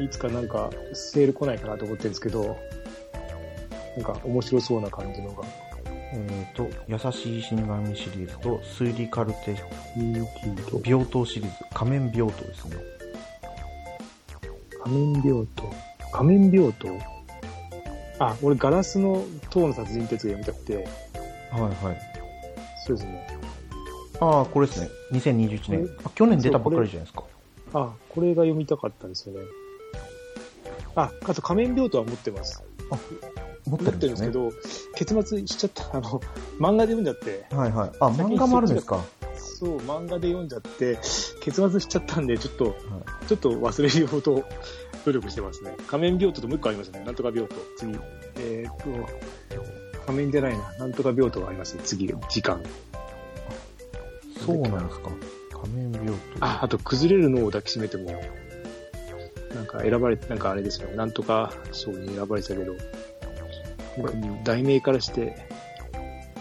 B: いつかなんかセール来ないかなと思ってるんですけど、なんか面白そうな感じのが。
A: えっ、と、優しい死神シリーズと、推理カルテ、
B: 勇気と
A: 病棟シリーズ、仮面病棟ですね。
B: 仮面病棟。仮面病棟あ、俺、ガラスの塔の殺人ってやつが読みたくて、
A: はいはい。
B: そうですね。
A: ああ、これですね。2021年。あ、去年出たばっかりじゃないですか。
B: あ、これが読みたかったんですよね。あ、あと仮面病棟は持ってます。
A: 持って
B: 持っ
A: るんで
B: てるんですすけ
A: ね。
B: ど、結末しちゃった。あの、漫画で読んじゃって、
A: はいはい。あ、漫画もあるんですか。は
B: そう、漫画で読んじゃって、結末しちゃったんで、ちょっと、
A: い
B: ちょっと忘れるほど努力してますね。仮面病棟ともう一個ありますね。なんとか病棟。次。えーっと、仮面じゃないな。なんとか病棟がありますね。次、時間。
A: そうなんですか。仮面病棟。
B: あ、あと、崩れる脳を抱きしめても、なんか選ばれ、なんかあれですよね。なんとか賞に選ばれてたけど、なんか題名からして、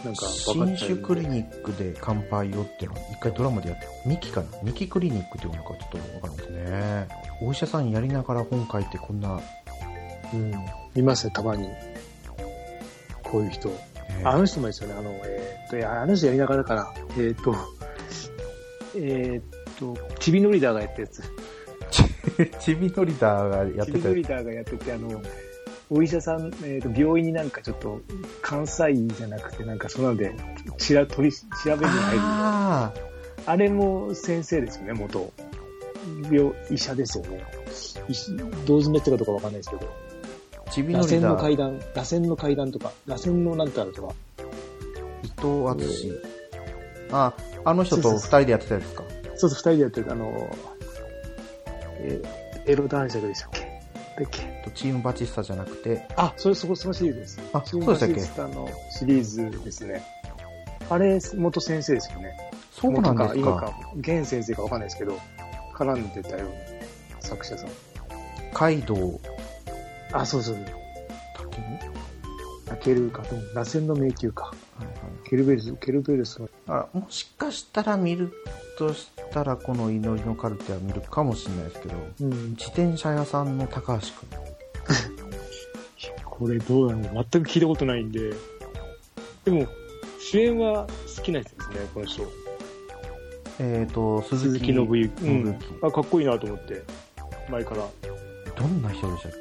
B: なんか分
A: 新
B: かった
A: 種クリニックで乾杯をっていうのは一回ドラマでやってミキかなミキクリニックっていうのかちょっとわからんですねお医者さんやりながら本書いてこんな、
B: うん。いますね、たまに。こういう人。
A: えー
B: あの人もですよね、あの、えーっといや、あの人やりながらだから、えーっと、えーっと、チビノリダーがやったやつ。
A: ちびのリーダーがやっ
B: チ
A: て
B: ビ
A: た
B: ノリダーがやってて、あの、お医者さん、えーっと、病院になんかちょっと、関西医じゃなくて、なんかそんなんで、ちら、取り、調べに入る。あ
A: あ
B: れも先生ですよね、元。病、医者ですよね。医師同時メットかとかわかんないですけど。
A: あちび
B: 螺
A: のリ
B: 旋
A: ー
B: の
A: ダー
B: 階段、螺旋の階段とか、螺旋のなんかとか。
A: 伊藤敦ああの人と二人でやってたやつか
B: そうそう、二人でやってる、あの、えーエロ男爵でしたっけだっけ
A: チームバチスタじゃなくて
B: あ、それ、そこ、そのシリーズです。
A: あそうでしたっけ
B: シンバシスタのシリーズですね。あれ、元先生ですよね。
A: そうなんですか
B: 元今か、現先生かわかんないですけど、絡んでたような作者さん。
A: カイドウ
B: あ、そうそうそう。
A: 滝に、はい
B: 泣けるか、うん螺旋の迷宮か。
A: はい、
B: ケルベルス、ケルベルスの、
A: あもしかしたら見るとしたらこの祈りのカルテは見るかもしれないですけど
B: うん、
A: 自転車屋さんの高橋君
B: これどうなの全く聞いたことないんで。でも、主演は好きな人ですね、この人。
A: えっ、と鈴
B: 鈴
A: 木
B: 木信之、
A: 信之
B: あかっこいいなと思って前から
A: どんな人でしたっ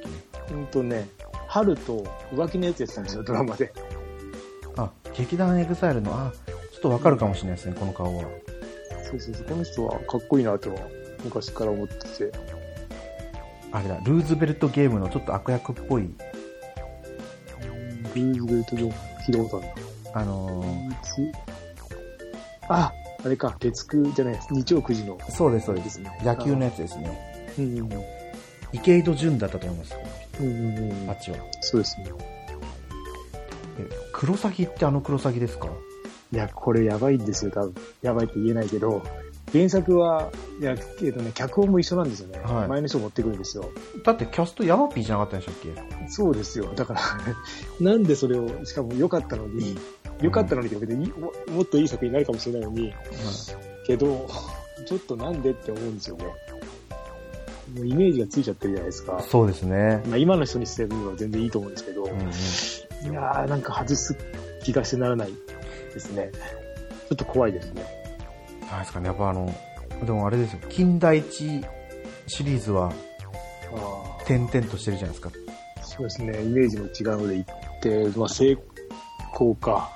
A: け
B: うんとね春と浮気のやつやってたん ですよドラマで
A: あ劇団エグザイルのあちょっとわかるかもしれないですねこの顔は
B: そうそうそうこの人はかっこいいなとは昔から思ってて
A: あれだルーズベルトゲームのちょっと悪役っぽい
B: ビーズベルトの聞いたことある
A: あの
B: ああれか月9じゃないです日曜9時の
A: ーそうですそうで
B: ですすね
A: 野球のやつですね
B: あのうんうん
A: 池井戸潤だったと思います
B: うんうんうん
A: あ
B: うん
A: っちは
B: そうですね
A: えクロサギってあのクロサギですか
B: いやこれやばいんですよ多分やばいって言えないけど原作はいやけどね脚本も一緒なんですよね、
A: はい
B: 前の人持ってくるんですよ
A: だってキャストヤマピーじゃなかったんでしたっけ
B: そうですよ。だから、なんでそれを、しかも良かったのに、良かったのにってわけで、いいももっといい作品になるかもしれないのに、けど、ちょっとなんでって思うんですよね。もうイメージがついちゃってるじゃないですか。
A: そうですね。
B: まあ、今の人にすれば全然いいと思うんですけど、
A: うんうん
B: いやー、なんか外す気がしてならないですね。ちょっと怖いですね。
A: なんですかね、やっぱあの、でもあれですよ、近代一シリーズは
B: あ
A: 点々としてるじゃないですか。
B: ーそうですね、イメージも違うのでいって、まあ、成功か。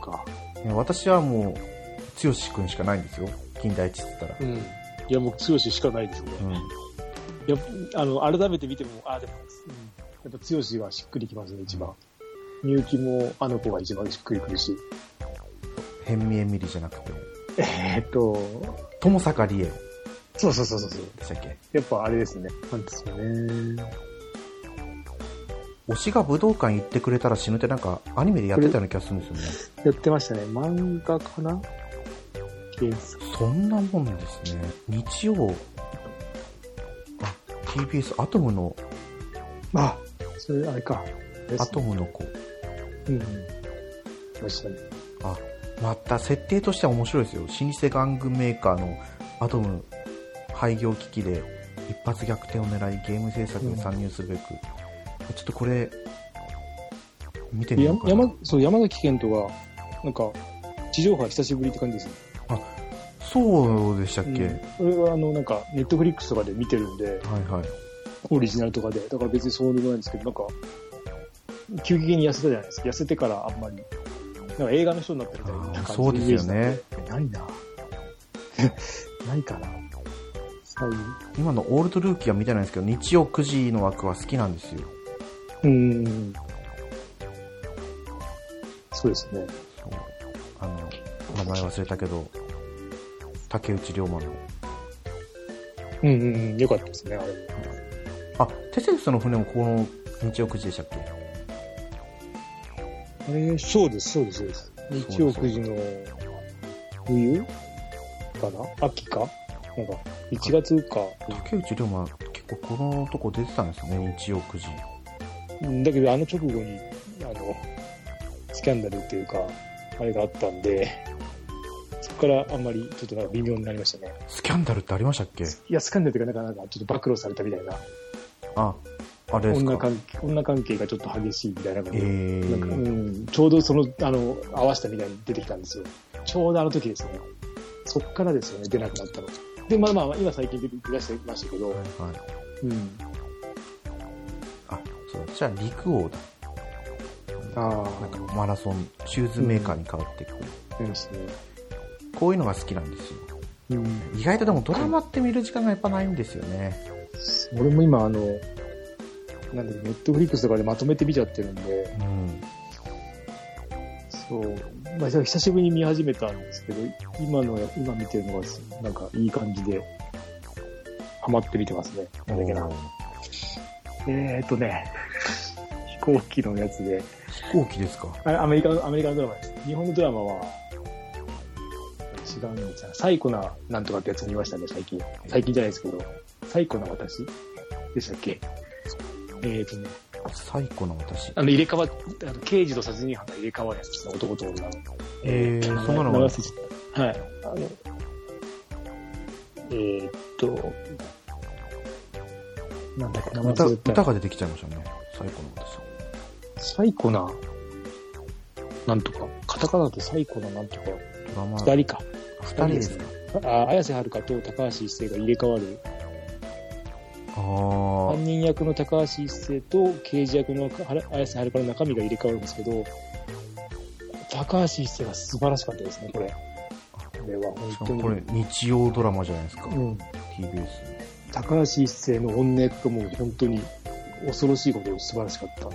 B: そっか。
A: いや私はもう、剛くんしかないんですよ。近代一って言ったら
B: う。ん。いや、もう剛しかないですね。
A: うん。
B: やっぱあの、改めて見ても、あーでも、うん、やっぱ剛はしっくりきますね、一番。みゆきもあの子が一番しっくりくるし。
A: 変見えみりじゃなくて、
B: えっと、
A: 友坂理恵
B: そうそうそうそうそう。
A: でしたっけ
B: やっぱあれですね。なんですよね。
A: 推しが武道館行ってくれたら死ぬってなんかアニメでやってたような気がするんです
B: やってましたね。漫画かな原作。
A: よね。そんなもんですね。日曜、あ、TBS アトムの、
B: あ、それ、あれか。ですね
A: アトムの子。
B: うん。ましたね。
A: あ、また設定としては面白いですよ。老舗玩具メーカーのアトム廃業危機で一発逆転を狙いゲーム制作に参入するべく。ちょっとこれ、見てみよ
B: や
A: うかな。
B: 山、そう、山崎賢人が、なんか、地上波久しぶりって感じですね。
A: そうでしたっけ、
B: うん、俺はあの、なんか、ネットフリックスとかで見てるんで、
A: はいはい。
B: オリジナルとかで、だから別にそうでもないんですけど、なんか、急激に痩せたじゃないですか。痩せてからあんまり、なんか映画の人になったみたいな感じ
A: あーそうですよね。
B: ないな。ないかな。最後。
A: 今のオールドルーキーは見てないんですけど、日曜9時の枠は好きなんですよ。
B: うん。そうですね。
A: そうあの、名前忘れたけど、竹内涼真の。
B: うんうんうん。よかったですね、あれ。
A: あ、テセウスの船もこの日曜9時でしたっけ
B: えー、そうです、そうです、そうです。日曜9時の冬かな秋かなんか、1月か。
A: 竹内涼真、結構このとこ出てたんですね、日曜9時。
B: うんだけど、あの直後に、あの、スキャンダルっていうか、あれがあったんで、そこからあんまりちょっとなんか微妙になりましたね。
A: スキャンダルってありましたっけ
B: いや、スキャンダルっていうか、なんか、なんかちょっと暴露されたみたいな、
A: あ、あれです
B: 女
A: か。
B: 関係女関係がちょっと激しいみたいな感
A: え
B: じで。なんかう
A: ー、
B: ん、ちょうどその、あの、合わせたみたいに出てきたんですよ。ちょうどあの時ですね。そっからですよね、出なくなったの。で、まあまあ、今最近出て出してましたけど、
A: はいはい。
B: うん。
A: あ、そう、じゃあ陸王だ。
B: あ
A: なんか
B: あ、
A: マラソン、シューズメーカーに変わっていく。
B: そうですね。
A: こういうのが好きなんですよ。
B: うん。
A: 意外とでもドラマって見る時間がやっぱないんですよね。
B: 俺も今、あの、なんだっけ、ネットフリックスとかでまとめて見ちゃってるんで、
A: うん。
B: そう、まあ、久しぶりに見始めたんですけど、今の、今見てるのが、なんか、いい感じで、ハマって見てますね。なんだっけな
A: おー。
B: えーっとね、飛行機のやつで、
A: 飛行機ですか。
B: あれアメリカの、アメリカのドラマです。日本のドラマは、違うのじゃサイコななんとかってやつ見ましたね、最近。最近じゃないですけど、サイコな私でしたっけえー、とね、
A: 最古の私。
B: あの、入れ替わっ、あの、刑事と殺人犯が入れ替わるやつですね、男と女の。
A: えー
B: 名前
A: そんなのが
B: 名前忘れちゃったはい。あの、えー、っと、なんだっけ、名前
A: 歌、
B: 忘れ
A: 歌
B: た。
A: が出てきちゃいましたね。最古の私。
B: サイコな、なんとか、カタカナでサイコななんとか、
A: ドラマ。
B: 二人か。
A: 二人ですか。
B: あ綾瀬はるかと高橋一生が入れ替わる
A: あー。
B: 犯人役の高橋一生と刑事役のはら綾瀬はるかの中身が入れ替わるんですけど高橋一生が素晴らしかったですねこれこれは
A: しか
B: 本当
A: も
B: に
A: これ日曜ドラマじゃないですか。
B: うん、
A: TBS。
B: 高橋一生の女役がもう本当に恐ろしいことで素晴らしかった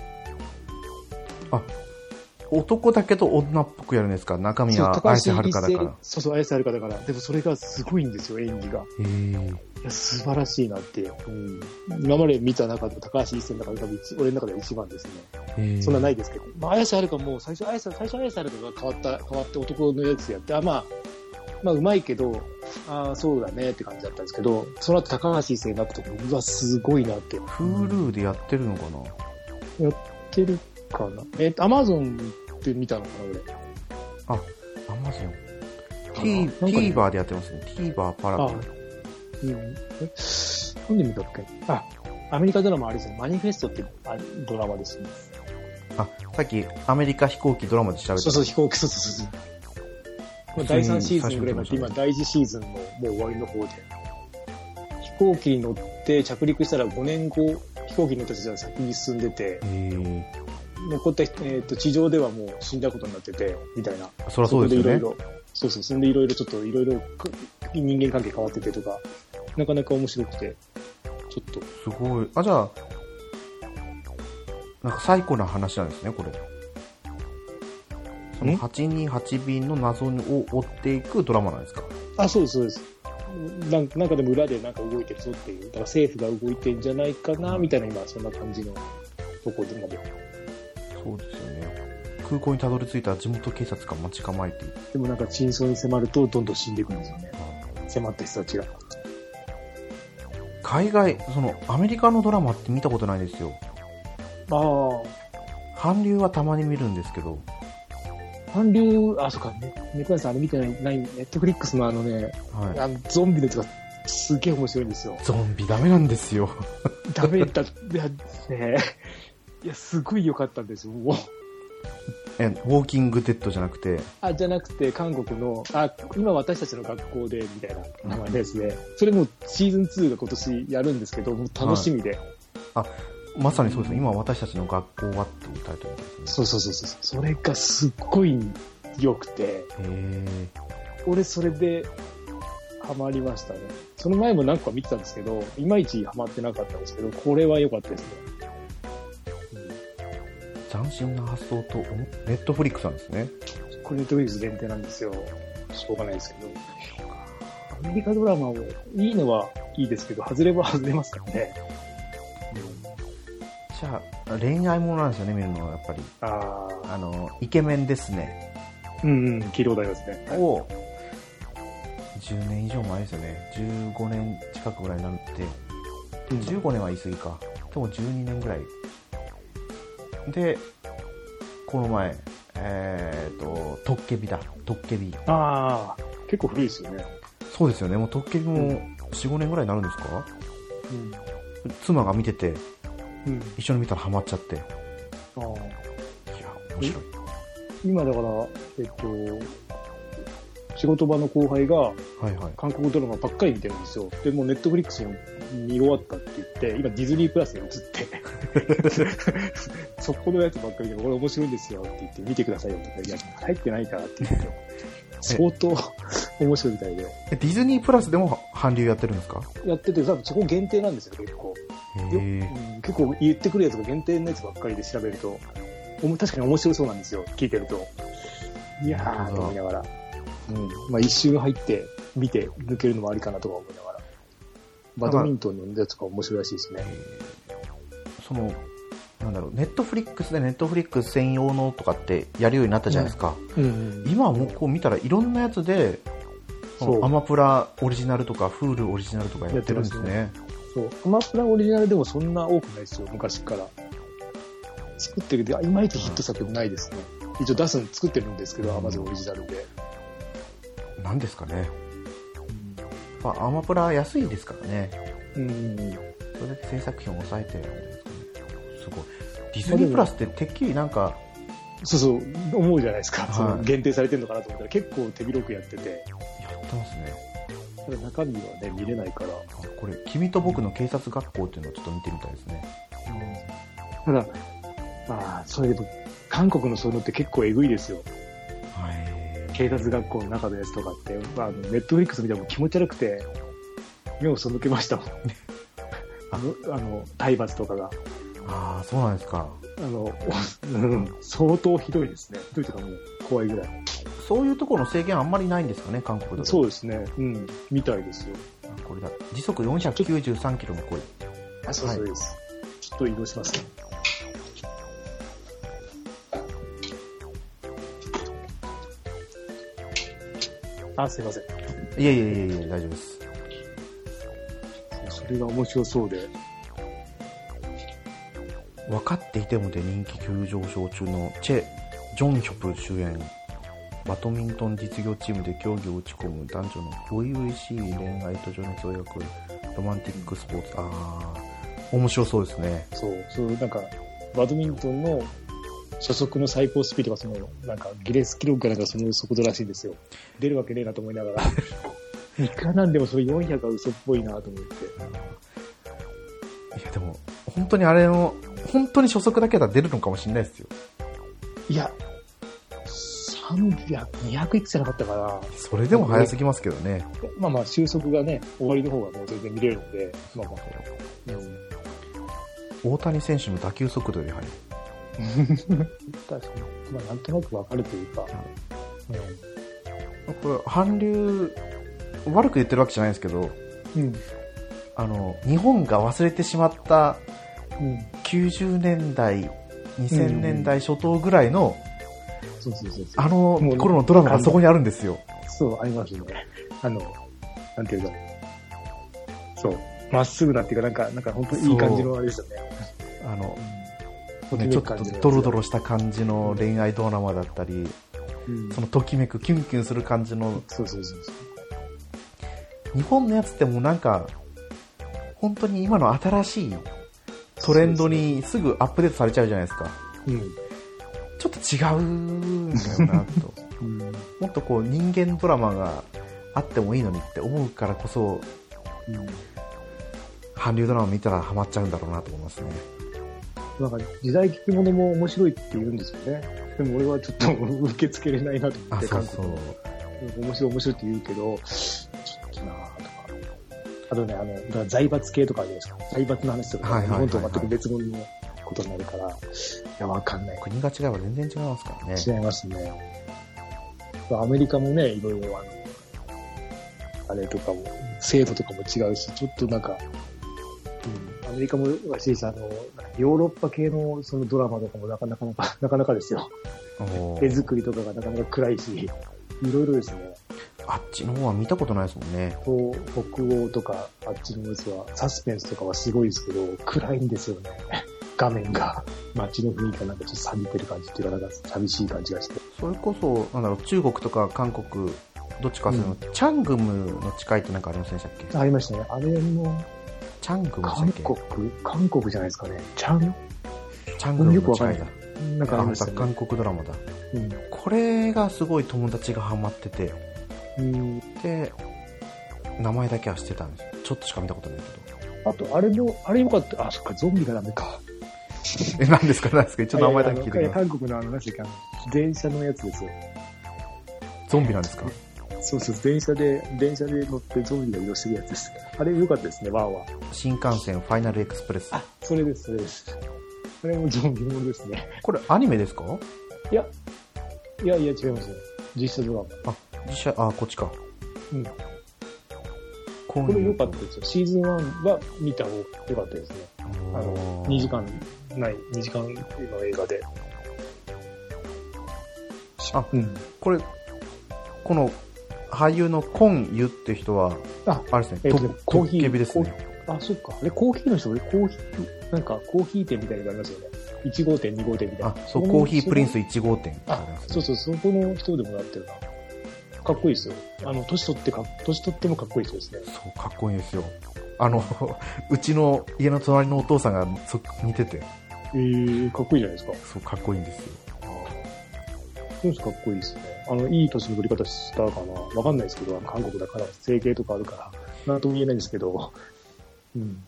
A: 男だけど女っぽくやるんですか中身は
B: そう
A: 綾瀬はるかだから。
B: そうそう綾瀬はるかだからでもそれがすごいんですよ演技が
A: へー
B: いや素晴らしいなって、うん、今まで見た中で高橋一生の中で多分一俺の中では一番ですね
A: へー
B: そんなないですけど、まあ、綾瀬はるかも最初、綾瀬最初綾瀬はるかが変わった、変わって男のやつやって、あまあ、まあ、うまいけど、ああ、そうだねって感じだったんですけど、その後高橋一生になった時に、うわ、すごいなって。や
A: Hulu でやってるのかな
B: ってるかな。えっ、と、アマゾンってみたのかな、
A: ア
B: 俺。
A: マゾン。
B: なんかね
A: TVer でやってますね。TVer パラビ
B: あ日本えなんで見たっけあ、アメリカドラマあれですね。マニフェストってあドラマですね。
A: あ、さっきアメリカ飛行機ドラマで調べ
B: そう
A: た。
B: そう、飛行機、そうそうそうそう。まあ第3シーズンぐらいになって、
A: うん
B: 今第1シーズンのもう終わりの方で。飛行機に乗って着陸したら5年後、飛行機に乗った人は先に進んでて、
A: えー、
B: 残った人、えー、と地上ではもう死んだことになってて、みたいな。
A: そりゃそうですよ
B: い
A: ね。
B: ろいろ、そうそう、それでいろいろちょっといろいろ人間関係変わっててとか、なかなか面白くて、ちょっと
A: すごい。あ、じゃあ、なんか最古な話なんですね、これ。その
B: ん
A: 828便の謎を追っていくドラマなんですか。
B: あ、そうです、そうです。なんなんかでも裏でなんか動いてるぞっていう、だから政府が動いてんじゃないかな、みたいな今、そんな感じのとこでまで。
A: そうですよね。空港にたどり着いた地元警察が待ち構えている。
B: でもなんか真相に迫ると、どんどん死んでいくんですよね。迫った人たちが。
A: 海外、そのアメリカのドラマって見たことないですよ。
B: ああ、
A: 韓流はたまに見るんですけど、
B: 韓流、あ、そっか、ね、猫屋さんあれ見てない、ない、ネットフリックスのあのね、
A: は
B: あのゾンビのやつがすげえ面白いんですよ
A: い。。ゾンビダメなんですよ。
B: ダメだ、いや、ねいや、すごい良かったんですよ、もう。
A: え、ウォーキングデッドじゃなくて、
B: あ、じゃなくて、韓国の、あ、今私たちの学校で、みたいな名前ですね。それもシーズン2が今年やるんですけど、もう楽しみで。
A: まさにそうですね。今私たちの学校はっていうタイトルですね。
B: そうそうそうそう。それがすっごい良くて、
A: へー。
B: 俺それでハマりましたね。その前も何個か見てたんですけど、いまいちハマってなかったんですけど、これは良かったですね。
A: 斬新な発想と、おネットフリックスなんですね。
B: うんこれネットフリックス限定なんですよ。しょうがないですけど。アメリカドラマもいいのはいいですけど、外れは外れますからね。
A: じゃあ、恋愛ものなんですよね、見るのはやっぱり。
B: ああ。
A: あの、イケメンですね。
B: うんうん、黄色大ですね。
A: を、10年以上前ですよね。15年近くぐらいになって、
B: うん
A: 15年は言い過ぎか。でも12年ぐらい。で、この前、えっ、と、トッケビだ。トッケビ。
B: ああ、結構古いですよね。
A: そうですよね。もうトッケビ
B: う
A: も
B: ん
A: 4、5年ぐらいになるんですか
B: うん。
A: 妻が見てて、
B: うん。
A: 一緒に見たらハマっちゃって。い
B: ああ
A: や、面白い。
B: 今だから、えっと、仕事場の後輩が
A: はいはい。
B: 韓国ドラマばっかり見てるんですよ。で、もうネットフリックスも見終わったって言って、今ディズニープラスに移って、 そこのやつばっかりで、これ面白いんですよって言って、見てくださいよって言って、いや、入ってないからって言って、相当 面白いみたいで。
A: えディズニープラスでも韓流やってるんですか
B: やってて、多分そこ限定なんですよ、結構。
A: へ
B: よ
A: え。
B: うん結構言ってくるやつが限定のやつばっかりで調べると、おも確かに面白そうなんですよ、聞いてると。いや
A: なるほ
B: ー
A: ど
B: と思いながら。うん。まあ一周入って、見て、抜けるのもありかなとか思いながら。バドミントンのやつとか面白いらしいですね。
A: その、なんだろう、ネットフリックスでネットフリックス専用のとかってやるようになったじゃないですか。
B: うん
A: 今はもうこう見たらいろんなやつで、
B: そう
A: アマプラオリジナルとか、フールオリジナルとかやってるんですね。
B: そう。アマプラオリジナルでもそんな多くないですよ、昔から。作ってるけど、いまいちヒット作ないですね。一応出す、作ってるんですけど、アマゾンオリジナルで。
A: なんですかね。まあ、アマプラ安いですからね。
B: うん。
A: それだけ制作費を抑えてやるんですかね。すごい。ディズニープラスっててっきりなんか、
B: そうそう、思うじゃないですか。
A: はい
B: その限定されてるのかなと思ったら、結構手広くやってて、
A: やってますね。
B: ただ中身はね、見れないから。
A: あこれ、君と僕の警察学校っていうのをちょっと見てみたいですね。
B: ただ、まあ、それでも、韓国のそういうのって結構えぐいですよ。
A: はい。
B: 警察学校の中のやつとかって、まあ、ネットフリックス見ても気持ち悪くて、目を背けましたもん。あの、あの、体罰とかが。
A: ああ、そうなんですか。
B: あの、うん相当ひどいですね。ひどいとかもう怖いぐらい。
A: そういうところの制限あんまりないんですかね、韓国だと。
B: そう
A: う
B: ですね。うん。みたいですよ。
A: これだ。時速493キロの声。
B: あ、そうそうです。ちょっと移動しますね。あ、すいません。
A: いやいやいやいや、大丈夫です。
B: それが面白そうで。
A: 分かっていてもで人気急上昇中のチェ・ジョン・ヒョプ主演バドミントン実業チームで競技を打ち込む男女の初々しい恋愛と情熱を描くロマンティックスポーツあー面白そうですね
B: そう、そう、なんか、バドミントンの初速の最高スピードがその、なんか、ギネス記録かなんかその速度らしいんですよ。出るわけねえなと思いながら。いくら なんでもその400は嘘っぽいなと思って。
A: いやでも本当にあれの本当に初速だけだ出るのかもしれないですよ
B: いや、300、200いくつじゃなかったかな。
A: それでも早すぎますけどね
B: まあまあ、収束がね、終わりの方がもう全然見れるので、まあまあ、うん、
A: 大谷選手の打球速度より速い
B: 確かに、まあ、なんとなくわかるというか、
A: これ韓流悪く言ってるわけじゃないですけど
B: うん、うん、
A: あの日本が忘れてしまった
B: うん、
A: 90年代2000年代初頭ぐらいの、
B: そうそうそうそう。
A: あの頃のドラマがそこにあるんですよ
B: そう、ありますよね。あの、なんていうか、そう、まっすぐなっていうか、なんか、なんか本当いい感じのあれですよね。
A: あの、
B: うん
A: ね、ちょっとドロドロした感じの恋愛ドラマだったり
B: うん
A: そのときめくキュンキュンする感じの
B: そうそうそうそう。
A: 日本のやつってもうなんか本当に今の新しいトレンドにすぐアップデートされちゃうじゃないですかちょっと違うんだよな と
B: うん。うん。
A: もっとこう人間ドラマがあってもいいのにって思うからこそ韓流ドラマ見たらハマっちゃうんだろうなと思いますね
B: なんか、時代劇物も面白いって言うんですよね。でも俺はちょっと受け付けれないなと思
A: あ
B: って、
A: そうそう
B: 韓国面白い面白いって言うけど、ちょっとなぁとか。あとね、あの、だから財閥系とかあるじゃないですか。財閥の話とか、
A: はいはいはいはい
B: 日本と全く別物のことになるから、いや、わかんない。
A: 国が違えば全然違いますからね
B: 違いますね。アメリカもね、いろいろあの、あれとかも、制度とかも違うし、ちょっとなんか、うん、アメリカもらしいし、あの、ヨーロッパ系のそのドラマとかもなかなかなか、なかなかですよ。
A: おー
B: 絵作りとかがなかなか暗いし、いろいろですね。
A: あっちの方は見たことないですもんね
B: こう、北欧とか、あっちのやつは、サスペンスとかはすごいですけど、暗いんですよね。画面が、街の雰囲気がなんかちょっと錆びてる感じっていうか、なんか寂しい感じがして。
A: それこそなんだろう中国とか韓国どっちかっするの、チャングムの誓いってなんかありませんでしたっけ
B: ありましたね。あれも、
A: チャングムでしたっ
B: 韓
A: け
B: 国韓国じゃないですかね。ちゃん
A: チャングム
B: よく
A: の
B: わかん
A: 誓
B: ないい
A: だ
B: なんかあり
A: あ
B: ましたね。
A: 韓国ドラマだ
B: うん
A: これがすごい友達がハマってて
B: うん
A: で名前だけは知ってたんですちょっとしか見たことない
B: あと、あれも、あれよかった。あ、そっか、ゾンビがダメか。
A: けど え何ですか何ですか一応名前だけ聞いて
B: あ
A: く
B: の
A: ださい
B: 韓国のあの、なんていうか、電車のやつですよ。
A: ゾンビなんですか
B: そうそう、電車で、電車で乗ってゾンビが移動してるやつです。あれよかったですね、ワンは。
A: 新幹線ファイナルエクスプレス
B: あ、それです、それです。それもゾンビものですね。
A: これアニメですか
B: いや、いやいや、違いますね。実写ドラマ。
A: あ実写あこっちか
B: うん
A: こ
B: これ良かったですよ。シーズン1は見た方が良かったですね。
A: たあ
B: あの、2時間ない、2時間の映画で。
A: あ
B: うん。
A: これこの俳優のコンユって人は
B: あ
A: あれです
B: え
A: ね
B: っ
A: ト
B: と
A: ッ
B: コ
A: ト
B: ーヒー
A: ッケビですね
B: あ、そっか。あれ、コーヒーの人、俺、コーヒー、なんか、コーヒー店みたいなのがありますよね。1号店、2号店みたい
A: あ
B: な。
A: そう
B: この
A: コーヒープリン。ス1号店
B: あ、そうそう、そこの人でもらってるな。かっこいいですよ。あの、年取ってか、年取ってもかっこいい人ですね。
A: そう、かっこいいですよ。あの、 うちの家の隣のお父さんがそ似てて、
B: えー、かっこいいじゃないですか。
A: そう、かっこいいんですよ。
B: そうです、かっこいいですね。あの、いい年の取り方したかな。わかんないですけど、韓国だから、整形とかあるから、なんとも言えないんですけど。うん。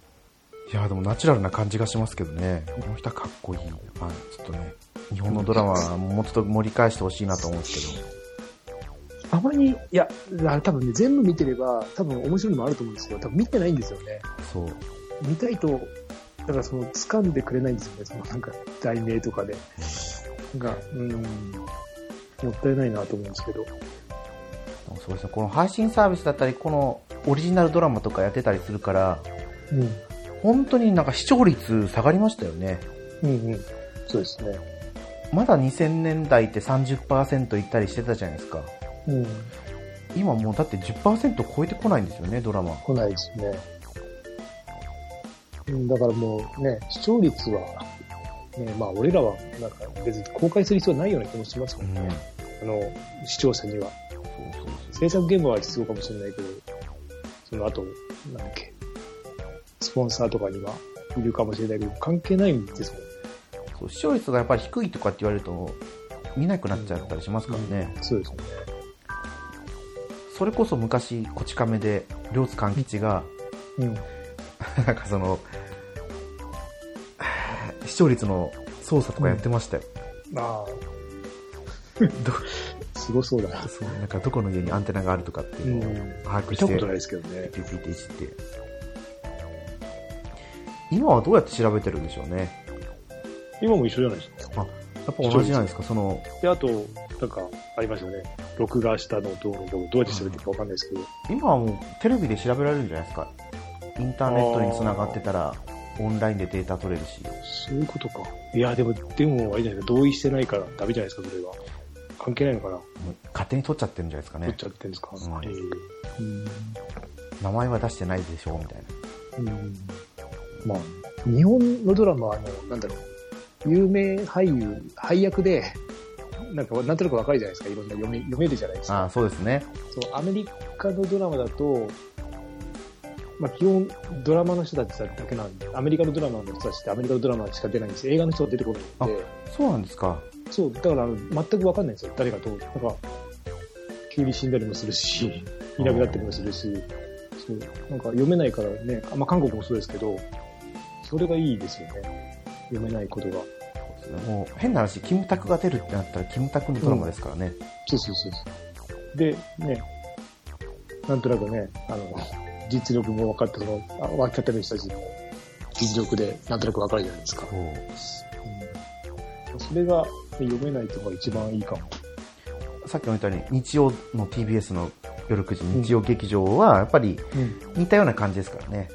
A: いや、でもナチュラルな感じがしますけどね。この人はかっこいい。まあ、ちょっとね、日本のドラマはもうちょっと盛り返してほしいなと思うんですけど。
B: たまに、いや、あ多分ね、全部見てれば、多分面白いのもあると思うんですけど、多分見てないんですよね。
A: そう。
B: 見たいと、だからその、掴んでくれないんですよね、そのなんか、題名とかで。が、うん、もったいないなと思うんですけど。
A: でもそうですね、この配信サービスだったり、このオリジナルドラマとかやってたりするから、
B: うん、
A: 本当になんか視聴率下がりましたよね。
B: うん、うん。そうですね。
A: まだ2000年代って30%いったりしてたじゃないですか。
B: うん、
A: 今もうだって10%超えてこないんですよね、ドラマ。
B: 来ないですね。うん、だからもうね、視聴率は、ね、まあ、俺らは、なんか、別に公開する必要ないような気もしますから
A: うん
B: ね。あの、視聴者に
A: そ
B: は。
A: うそう
B: 制作現場は必要かもしれないけど、その後、なんだっけ、スポンサーとかにはいるかもしれないけど、関係ないんですもんね。
A: そうそう視聴率がやっぱり低いとかって言われると見なくなっちゃったりしますからね、
B: そうですよね。
A: それこそ昔こち亀で両津勘吉が、
B: うん。
A: なんかその 視聴率の操作とかやってましたよ、
B: あ
A: ど
B: あ、すごそうだな。
A: そうなんかどこの家にアンテナがあるとかっていうのを
B: ん。
A: 把握
B: 見
A: して、
B: たことないですけどね。
A: ピッピッていじって今はどうやって調べてるんでしょうね
B: 今も一緒じゃないですか。
A: やっぱ同じじゃないですかその
B: で、あと、なんか、ありましたね。録画したのどうのどうどうやって調べてるかわかんないですけど、
A: 今はもうテレビで調べられるんじゃないですかインターネットに繋がってたらオンラインでデータ取れるし
B: そういうことか。いや、でも、でも、あれじゃないですか、同意してないからダメじゃないですか、それは。関係ないのかな、
A: もう勝手に取っちゃってるんじゃないですか
B: 取っ
A: ね
B: ちゃってるんですか。
A: うん
B: ええうん
A: 名前は出してないでしょみたいな
B: うんまあ、日本のドラマはあの、なんだろう、有名俳優、配役で、なんか、なんとなくわかるじゃないですか、いろんな読め読めるじゃないです
A: あ
B: か
A: あ。そうですね
B: そう、アメリカのドラマだと、まあ、基本、ドラマの人たちだけなんで、アメリカのドラマの人たちってアメリカのドラマしか出ないんです映画の人は出てこないんで、
A: そうなんですか
B: そう、だからあの全くわかんないんですよ、誰がどう。なんか、急に死んだりもするし、いなくなったりもするし、そう、なんか読めないからね、あまあ、韓国もそうですけど、それがいいですよね。読めないことが。
A: もう変な話キムタクが出るってなったらキムタクのドラマですからね、
B: そうそうそうそう。で、ね、なんとなくね、あの、実力も分かった、その、あ分かってる人たちの実力で、なんとなく分かるじゃないですか。うん、それが、ね読めないとか一番いいかも。
A: そうさっきも言ったように日曜の TBS の夜9時日曜劇場はやっぱり
B: うん。
A: 似たような感じですからね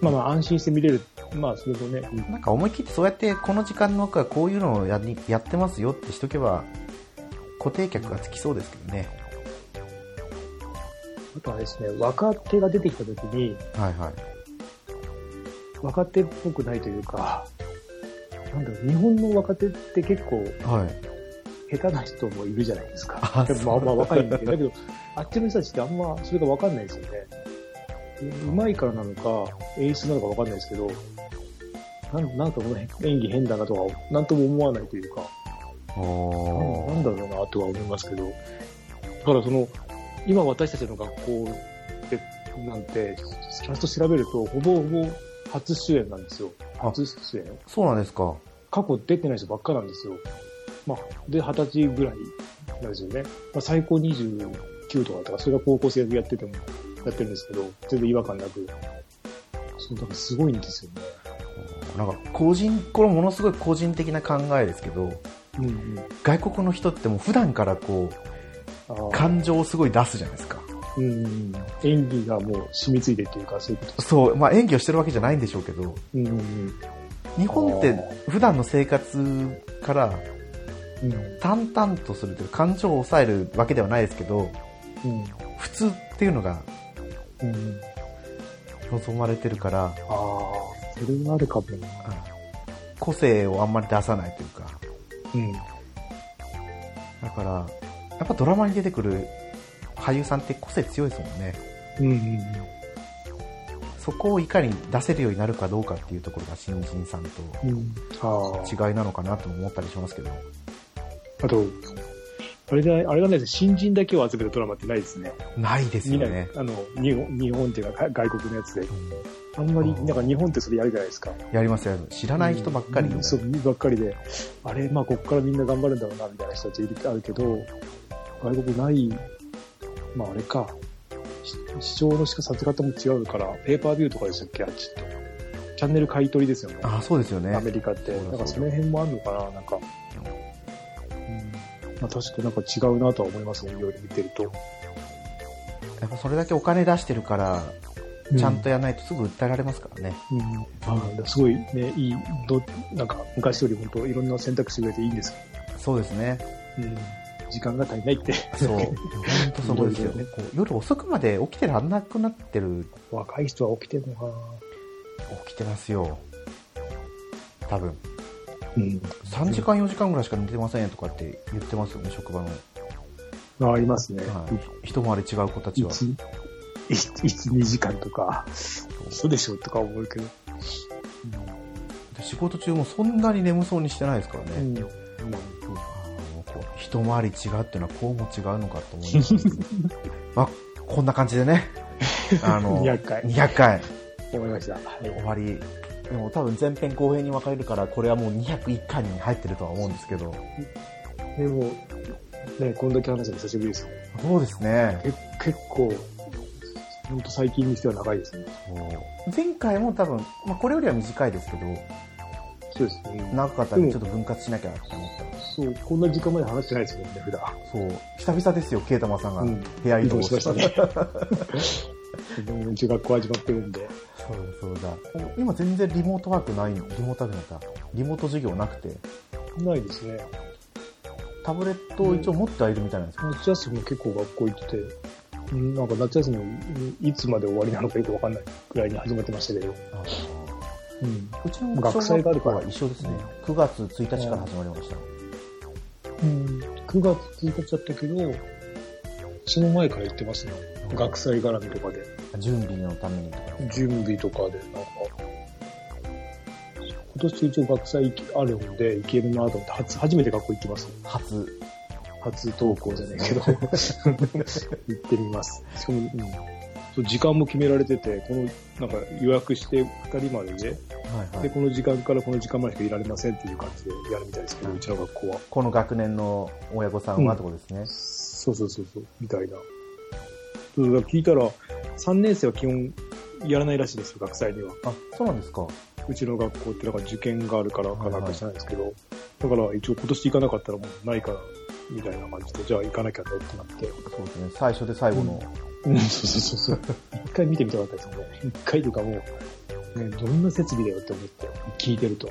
B: まあまあ、安心して見れる。まあ、それもね、うん
A: なんか思い切ってそうやってこの時間の枠はこういうのをやりやってますよってしとけば固定客がつきそうですけどね
B: あとはですね、若手が出てきたときに、
A: はいはい
B: 若手っぽくないというか、なんだろう、日本の若手って結構、
A: はい
B: 下手な人もいるじゃないですか
A: あ。
B: でも
A: そう
B: まあまあ若いんで。だけど、あっちの人たちってあんまそれがわかんないですよね。うまいからなのか、演出なのかわかんないですけど、なんなんかこの演技変だなとか、なんとも思わないというか、
A: お
B: なんだろうなとは思いますけど、だからその、今私たちの学校でなんて、キャスト調べると、ほぼほぼ初主演なんですよ。
A: あ
B: 初出演。
A: そうなんですか
B: 過去出てない人ばっかなんですよ。まあ、で、二十歳ぐらいなんですよね。まあ、最高29とかだから、それが高校生でやってても、やってるんですけど、全然違和感なく。そう、だからすごいんですよね。
A: なんか個人これものすごい個人的な考えですけど
B: うんうん。
A: 外国の人ってもう普段からこう
B: あー
A: 感情をすごい出すじゃないですか
B: うんうん。演技がもう染みついてっていうか、そういうこと。
A: そうまあ演技をしてるわけじゃないんでしょうけど
B: うんうん
A: 日本って普段の生活から
B: うん。
A: 淡々とするという感情を抑えるわけではないですけど
B: うん
A: 普通っていうのが
B: うん。うん。
A: 望まれてるから
B: ああ、それはあるかもな。
A: 個性をあんまり出さないというか
B: うん。
A: だからやっぱドラマに出てくる俳優さんって個性強いですもんね
B: うんうん
A: そこをいかに出せるようになるかどうかっていうところが新人さんと
B: うん。うん。ああ。
A: 違いなのかなとも思ったりしますけど
B: あと、あれじゃない、あれがないです新人だけを集めたドラマってないですね。
A: ないです
B: 見
A: よ
B: ない、
A: ね
B: あの、日本、日本っていうか外国のやつで。
A: うん
B: あんまり、
A: うん
B: なんか日本ってそれやるじゃないですか。
A: やりますよ知らない人ばっかり
B: う
A: の
B: んそう、ばっかりで。あれ、まあ、こっからみんな頑張るんだろうな、みたいな人たちいるあるけど、外国ない、まあ、あれか。し視聴のしかさせ方も違うから、ペーパービューとかでしたっけあっちって。チャンネル買い取りですよね。
A: ああそうですよね
B: アメリカって。
A: そうだ
B: なんか
A: そ
B: そう
A: だ
B: の辺もあるのかな、なんか。うんまあ、確かになんか違うなとは思いますね、いろいろ見てると。
A: やっぱそれだけお金出してるからちゃんとやらないとすぐ訴えられますからね、
B: うん、あすごいね、いい、どなんか昔より本当いろんな選択肢が増えていいんです
A: そうですね
B: けど、うん、時間が足りないって。
A: そう本当そこですよ
B: いろいろね
A: こう夜遅くまで起きてらんなくなってる
B: 若い人は起きてるのか
A: 起きてますよ多分
B: うん。
A: 3時間4時間ぐらいしか寝てませんとかって言ってますよね職場の、
B: あ、ありますね。
A: はい、一回り違う子たち
B: い
A: は
B: つ、いつ、いつ2時間とか、嘘でしょとか思うけど。
A: で仕事中もそんなに眠そうにしてないですからね、
B: うん。
A: あーもうこう一回り違うっていうのはこうも違うのかと思い ますけどまあこんな感じで ねあの
B: 200回
A: 200回
B: 思いました。はい
A: 終わりでも多分前編後編に分かれるからこれはもう201回に入ってるとは思うんですけど
B: でも、ね、こんだけ話すの久しぶりですよ。
A: そうですね
B: け結構、ほんと最近にしては長いですね。
A: 前回も多分、まあ、これよりは短いですけど
B: そうですね。
A: 長かったんでちょっと分割しなきゃって思った
B: そう、こんな時間まで話してないですもんね、普段。
A: そう久々ですよケイタマさんが
B: うん
A: 部屋移
B: 移
A: 動
B: 動しま
A: し
B: したた
A: の
B: ね。 もう中学校始まってるんで。
A: そうそうだ今全然リモートワークないのリモートワークなんかリモート授業なくて
B: ないですね。
A: タブレットを一応持ってはいるみたいなんですよ、
B: 夏休みも結構学校行ってて、うんなんか夏休みうんいつまで終わりなのかよくわかんないくらいに始まってましたけど。
A: あ
B: うん。
A: うちの
B: 学祭があるから
A: 小学校は一緒ですね9月1日から始まりました、
B: うん、9月1日だったけど、その前から行ってますね。学祭絡みとかで、
A: 準備のためにとか
B: 準備とかで、なんか。今年一応学祭行きあるんで、行けるなと思って、初初めて学校行きます。
A: 初
B: 初登校じゃないけど、 行ってみます。しかも、うんそう時間も決められてて、この、なんか予約して2人までで、
A: はいは
B: で、
A: い、
B: この時間からこの時間までしかいられませんっていう感じでやるみたいですけど、うちの学校は。
A: この学年の親御さんはってことですね、
B: そうそうそうそう、みたいな。そうだから聞いたら、3年生は基本やらないらしいですよ、学祭には。
A: あそうなんですか
B: うちの学校ってなんか受験があるからか
A: はいは
B: ないんかしてないんですけど、だから一応今年行かなかったらもうないから、みたいな感じで、じゃあ行かなきゃねってなって。
A: そうですね最初で最後の、
B: うん、そうそうそうそう。一回見てみたかったですよね。一回というかもう、ね、どんな設備だよって思って、聞いてると。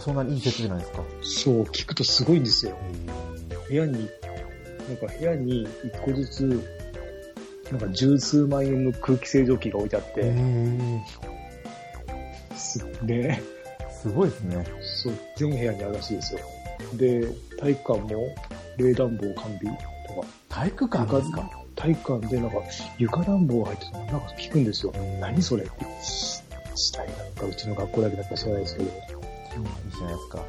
A: そんなにいい設備なんですか、
B: うん、そう、聞くとすごいんですよ。部屋に、なんか部屋に一個ずつ、なんか十数万円の空気清浄機が置いてあっ
A: え
B: て、すで、
A: すごいですね
B: そう、全部部屋にあるらしいですよ。で、体育館も冷暖房完備とか、
A: 体育館ですか
B: 体育館でなんか床暖房が入ってたのなんか聞くんですよ。何それって。したいなんかうちの学校だけだったら知らないですけど、
A: い いじゃないですか、ね、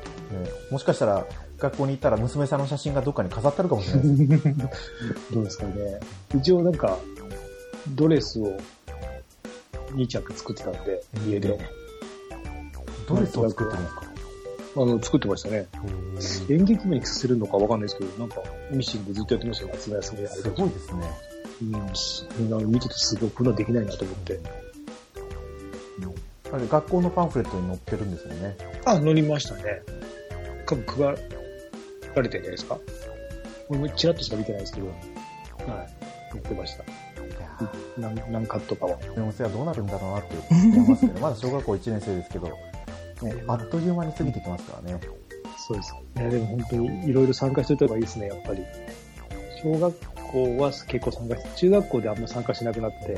A: もしかしたら学校に行ったら娘さんの写真がどっかに飾ってあるかもしれないです
B: どうですかね。一応なんか、ドレスを2着作ってたんで、家で。
A: ドレスを作ってるんですか
B: あの、作ってましたね。
A: す
B: 演劇部にさせるのかわかんないですけど、なんか、ミシンでずっとやってましたよ、夏の休みであれで。
A: ごいですね
B: うん、すなんか見ててすごい、こんなんできないなと思って。
A: あれ学校のパンフレットに載ってるんですよね
B: あ、乗りましたね。多分配られてるんじゃないですか俺もチラッとしか見てないですけど、はい、乗ってました。
A: いやー
B: 何、何カットかは。
A: でもそれはどうなるんだろうなって思いますけどまだ小学校1年生ですけどもうあっという間に過ぎてきますからね
B: そうです。いや、でも本当にいろいろ参加しておいた方がいいですね、やっぱり。小学校は結構参加して、中学校であんま参加しなくなって、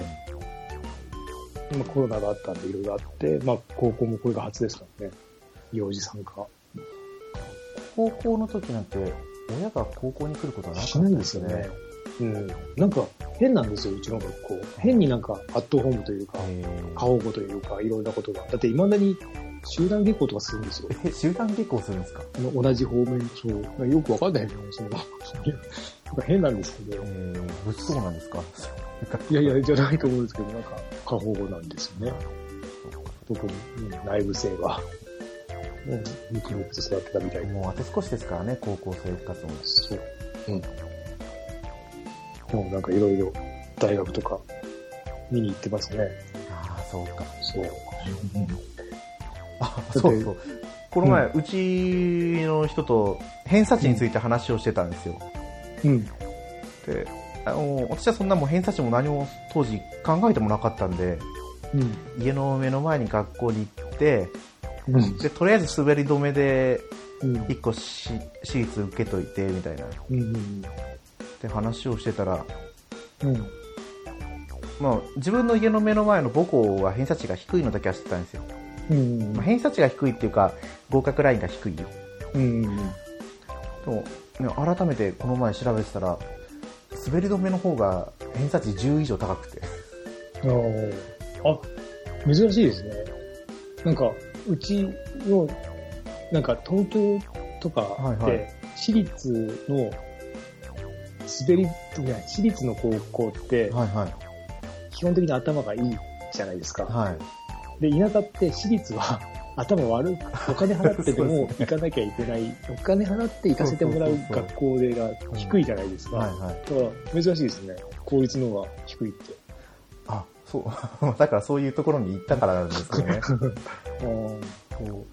B: まあ、コロナがあったんでいろいろあって、まあ、高校もこれが初ですからね。幼児参加。
A: 高校の時なんて親が高校に来ることはなかった
B: うん。なんか、変なんですよ、うちの学校。変になんか、アットホームというか、
A: え
B: 過保護というか、いろんなことが。だって、未だに集団下校とかするんですよ。
A: ーえ集団下校するんですか
B: あの同じ方面と、なんかよくわかんないよね、その。 なんか変なんですけど
A: え。ー、物騒なんですか
B: いやいや、じゃないと思うんですけど、なんか、過保護なんですよね。特に、うん内部生は。うん、ゆきのく育ってたみたいな。
A: もうあと少しですからね高校生活も
B: そう。うん。もうなんかいろいろ、大学とか、見に行ってますね。
A: ああそうか
B: そう。
A: あ
B: って
A: そうそうこの前、うちの人と偏差値について話をしてたんですよ、
B: うん。
A: であの私はそんなもう偏差値も何も当時考えてもなかったんで
B: うん。
A: 家の目の前に学校に行って
B: うん。
A: でとりあえず滑り止めで
B: うん。
A: 1個し私立受けといてみたいなっ
B: うん。
A: て話をしてたら、
B: うん。
A: まあ、自分の家の目の前の母校は偏差値が低いのだけは知ってたんですよ
B: うん
A: まあ、偏差値が低いっていうか、合格ラインが低い。で
B: うんうん
A: も、ね、改めてこの前調べてたら、滑り止めの方が偏差値10以上高くて。
B: ああ、珍しいですね。なんか、うちの、なんか東京とか
A: はい
B: で、
A: はい
B: 私立の滑り、いや私立の高校って、
A: はいはい。
B: 基本的に頭がいいじゃないですか。
A: はい。
B: で、田舎って私立は 頭悪く、お金払ってで
A: そう
B: も
A: で
B: 行かなきゃいけない、お金払って行かせてもらう
A: そうそうそうそう
B: 学校でが低いじゃないですか。
A: はいはい。
B: だから、珍しいですね。公立の方が低いって。
A: あ、そう。 だからそういうところに行ったからなんです よね。そう。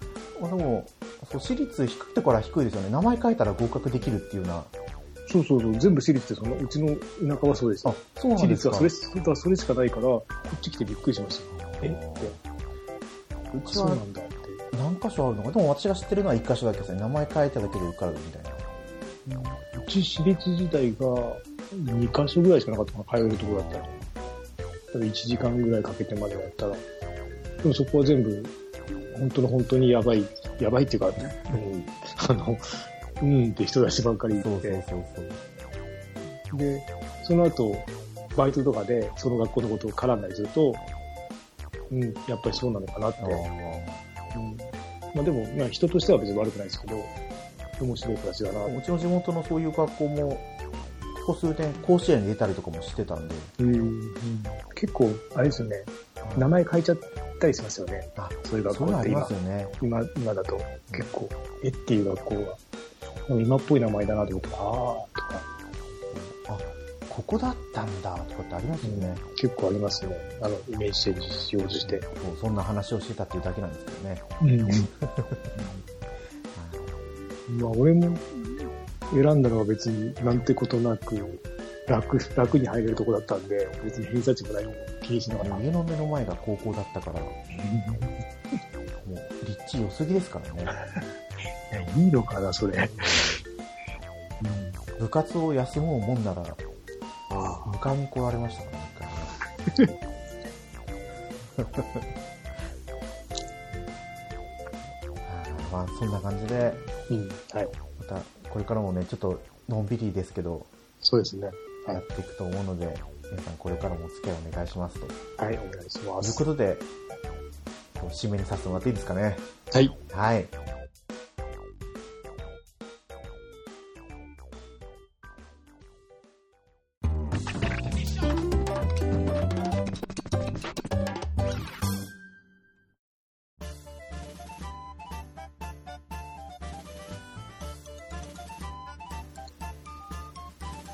A: あでも、そう、私立低いところは低いですよね。名前書いたら合格できるっていうような。
B: そうそうそう、全部私立でその、うちの田舎はそうです。
A: あ、そうな
B: 私
A: んで
B: 立
A: す
B: は
A: か。
B: それそれそれしかないから、こっち来てびっくりしました。えって、
A: うち
B: そうな
A: は
B: んだって。
A: 何箇所あるのか。でも私が知ってるのは1箇所だけですね。名前書いただけで受からみたいな。
B: うち私立自体が2箇所ぐらいしかなかったから、通えるところだったら。多分1時間ぐらいかけてまでだったら。でもそこは全部、本当の本当にやばい、やばいっていうか、うん、あの、うんって人たちばっかりいて。
A: そうそうそうそう。
B: で、その後、バイトとかでその学校のことを絡んだりすると、うん、やっぱりそうなのかなって。
A: あー
B: うんまあでも、まあ人としては別に悪くないですけど、面白い子たちだな。
A: うちの地元のそういう学校も、ここ数年甲子園に出たりとかもしてたんで、
B: うん、結構、あれですよね、名前変えちゃったりしますよね。
A: あ
B: そういう学
A: そ
B: 校
A: ういうのあ
B: っ
A: りま
B: て今
A: す、よね。
B: 今、今だと結構、えっていう学校が、でも今っぽい名前だなと思って、ああーとか、
A: あ、ここだったんだとかってありますよね。
B: 結構ありますね。あの、イメージチェンジしようとして。
A: そうそんな話をしてたっていうだけなんですけどね。
B: うん。まあ、俺も選んだのは別になんてことなく、楽、楽に入れるとこだったんで、別に偏差値も何も気にしなかった。
A: 家の目の前が高校だったから、もう、立地良すぎですからね。
B: いいのかな、それ。
A: 部活を休もうもんなら、
B: あ
A: 迎えに来られましたからね、一回ねあーまあ、そんな感じで、
B: うん。はい。
A: またこれからもねちょっとのんびりですけど
B: そうですね。はい
A: やっていくと思うので、皆さんこれからもお付き合いお願いしますとと
B: はい、お願いしま
A: いう
B: す
A: こ。とで今日締めにさせてもらっていいですかね
B: はい。
A: はい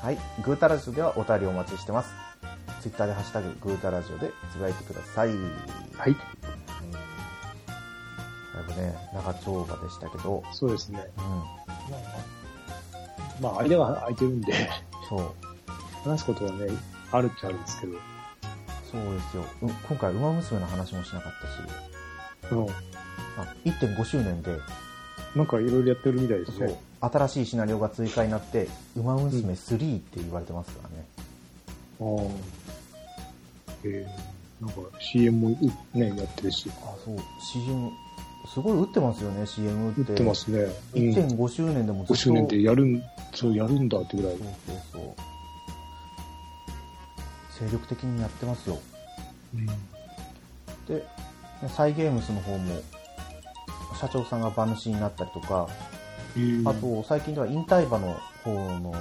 A: はい、グータラジオではお便りお待ちしてます。ツイッターでハッシュタググータラジオでつぶやいてください。
B: はい。
A: だいぶね、長丁場でしたけど、
B: そうですね。
A: うん、
B: まあ、間が空いてるんで、
A: そう、
B: 話すことはね、あるっちゃあるんですけど。
A: そうですよ。う今回、ウマ娘の話もしなかったし、
B: うん。
A: あ1.5周年で、
B: なんかいろいろやってるみたいですね。
A: 新しいシナリオが追加になって、ウマ娘3って言われてますからね。
B: そう。えー、なんか CM もうね、やってるし。
A: あ、そう、CM、すごい打ってますよね、CM って。
B: 売ってますね。うん
A: 1.5周年でもずっと。
B: 5周年でやるん、そう、やるんだってぐらい
A: そう。そうそう。精力的にやってますよ。で、サイ・ゲームスの方も、社長さんが馬主になったりとか、
B: うん
A: あ、と、最近では引退馬の方のその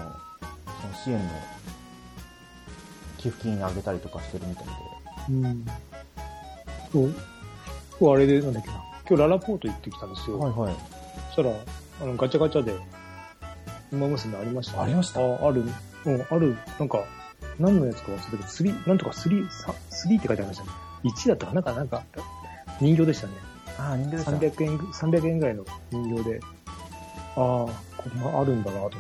A: 支援の寄付金あげたりとかしてるみたいで、
B: うん。そう今日あれで、なんだっけな。今日ララポート行ってきたんですよ。
A: はいはい、
B: そしたら、あの、ガチャガチャで、馬娘ありました、
A: ありました
B: あ、ある。うん、ある。なんか、何のやつか忘れたけど、スリー、なんとかスリー、さスリーって書いてありましたね。1だったかななんか、なんか、人形でしたね。
A: ああ、人形でした
B: 300円ぐ、300円ぐらいの人形で。ああ、こんなあるんだなと思って。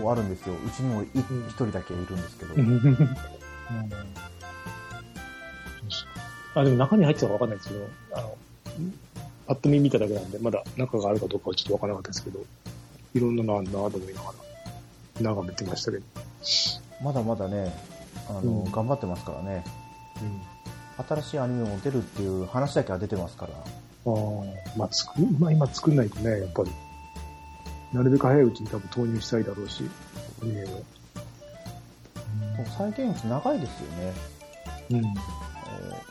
A: そうあるんですよ、うちにもい一、
B: うん
A: 人だけいるんですけど、
B: うんあ、でも中に入ってたかわかんないですけど、あの、パッと見見ただけなんで、まだ中があるかどうかはちょっとわからなかったですけど、いろんなのあるなと思いながら、眺めてましたけど。
A: まだまだね、あの
B: うん
A: 頑張ってますからね、
B: うん。
A: 新しいアニメも出るっていう話だけは出てますから、
B: ああ、まあ、作る、まあ今作んないとね、やっぱり。なるべく早いうちに多分投入したいだろうし、運営を。
A: もう再現率長いですよね。
B: うん。
A: えー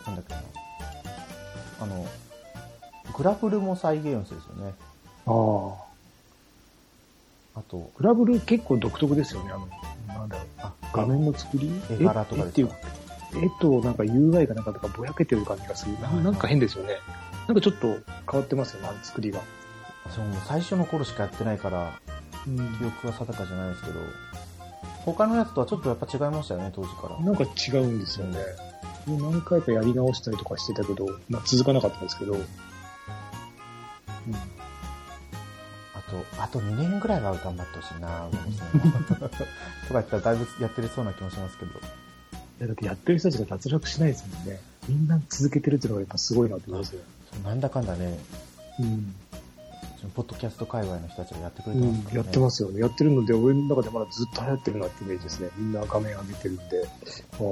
A: なんだっけな。あの、グラブルも再現率ですよね。
B: ああ。
A: あと、
B: グラブル結構独特ですよね、あの、なんだろう。
A: あ、
B: 画面の作り
A: 絵柄とか
B: 絵
A: で
B: ってい
A: す
B: う
A: か。
B: 絵となんか UI がなんかなんかぼやけてる感じがする。な
A: はいはい
B: なんか変ですよね。なんかちょっと変わってますよね、あの作りが。
A: そうもう最初の頃しかやってないから、
B: うん。
A: 記憶は定かじゃないですけど、他のやつとはちょっとやっぱ違いましたよね、当時から。
B: なんか違うんですよね。もう何回かやり直したりとかしてたけど、まあ続かなかったんですけど。うん。
A: あと、あと2年ぐらいは頑張ってほしいな、上野さんはとか言ったらだいぶやってるそうな気もしますけど。
B: いや、だってやってる人たちが脱落しないですもんね。みんな続けてるっていうのがやっぱすごいなって思いますよ。
A: そうなんだかんだね、
B: うん。
A: そのポッドキャスト界隈の人たちがやってくれて
B: う
A: ます
B: ん
A: から、ね。
B: やってますよね。やってるので、俺の中でまだずっと流行ってるなってイメージですね。みんな画面上げてるんで。ああ、と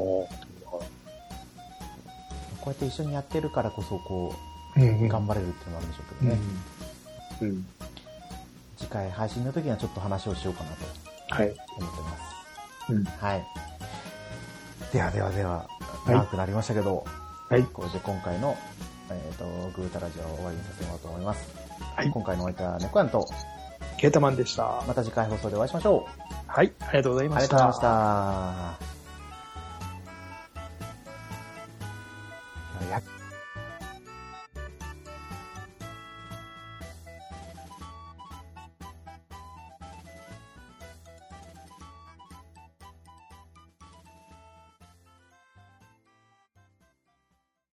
A: こうやって一緒にやってるからこそ、こ
B: うん
A: う、頑張れるっていうのもあるんでしょうけどね。
B: うん。うん。
A: 次回配信の時にはちょっと話をしようかなと
B: はい。
A: 思ってます。
B: うん。
A: はい。ではではでは、
B: い
A: 長くなりましたけど、
B: はい。
A: こうして今回の、えっ、と、グータラジオを終わりにさせてもらおうと思います。
B: はい
A: 今回のお相手は猫やんと、
B: ケータマンでした。
A: また次回放送でお会いしましょう。
B: はい。ありがとうござい
A: あ
B: ま
A: りが
B: し
A: とうござい
B: た
A: まし。た。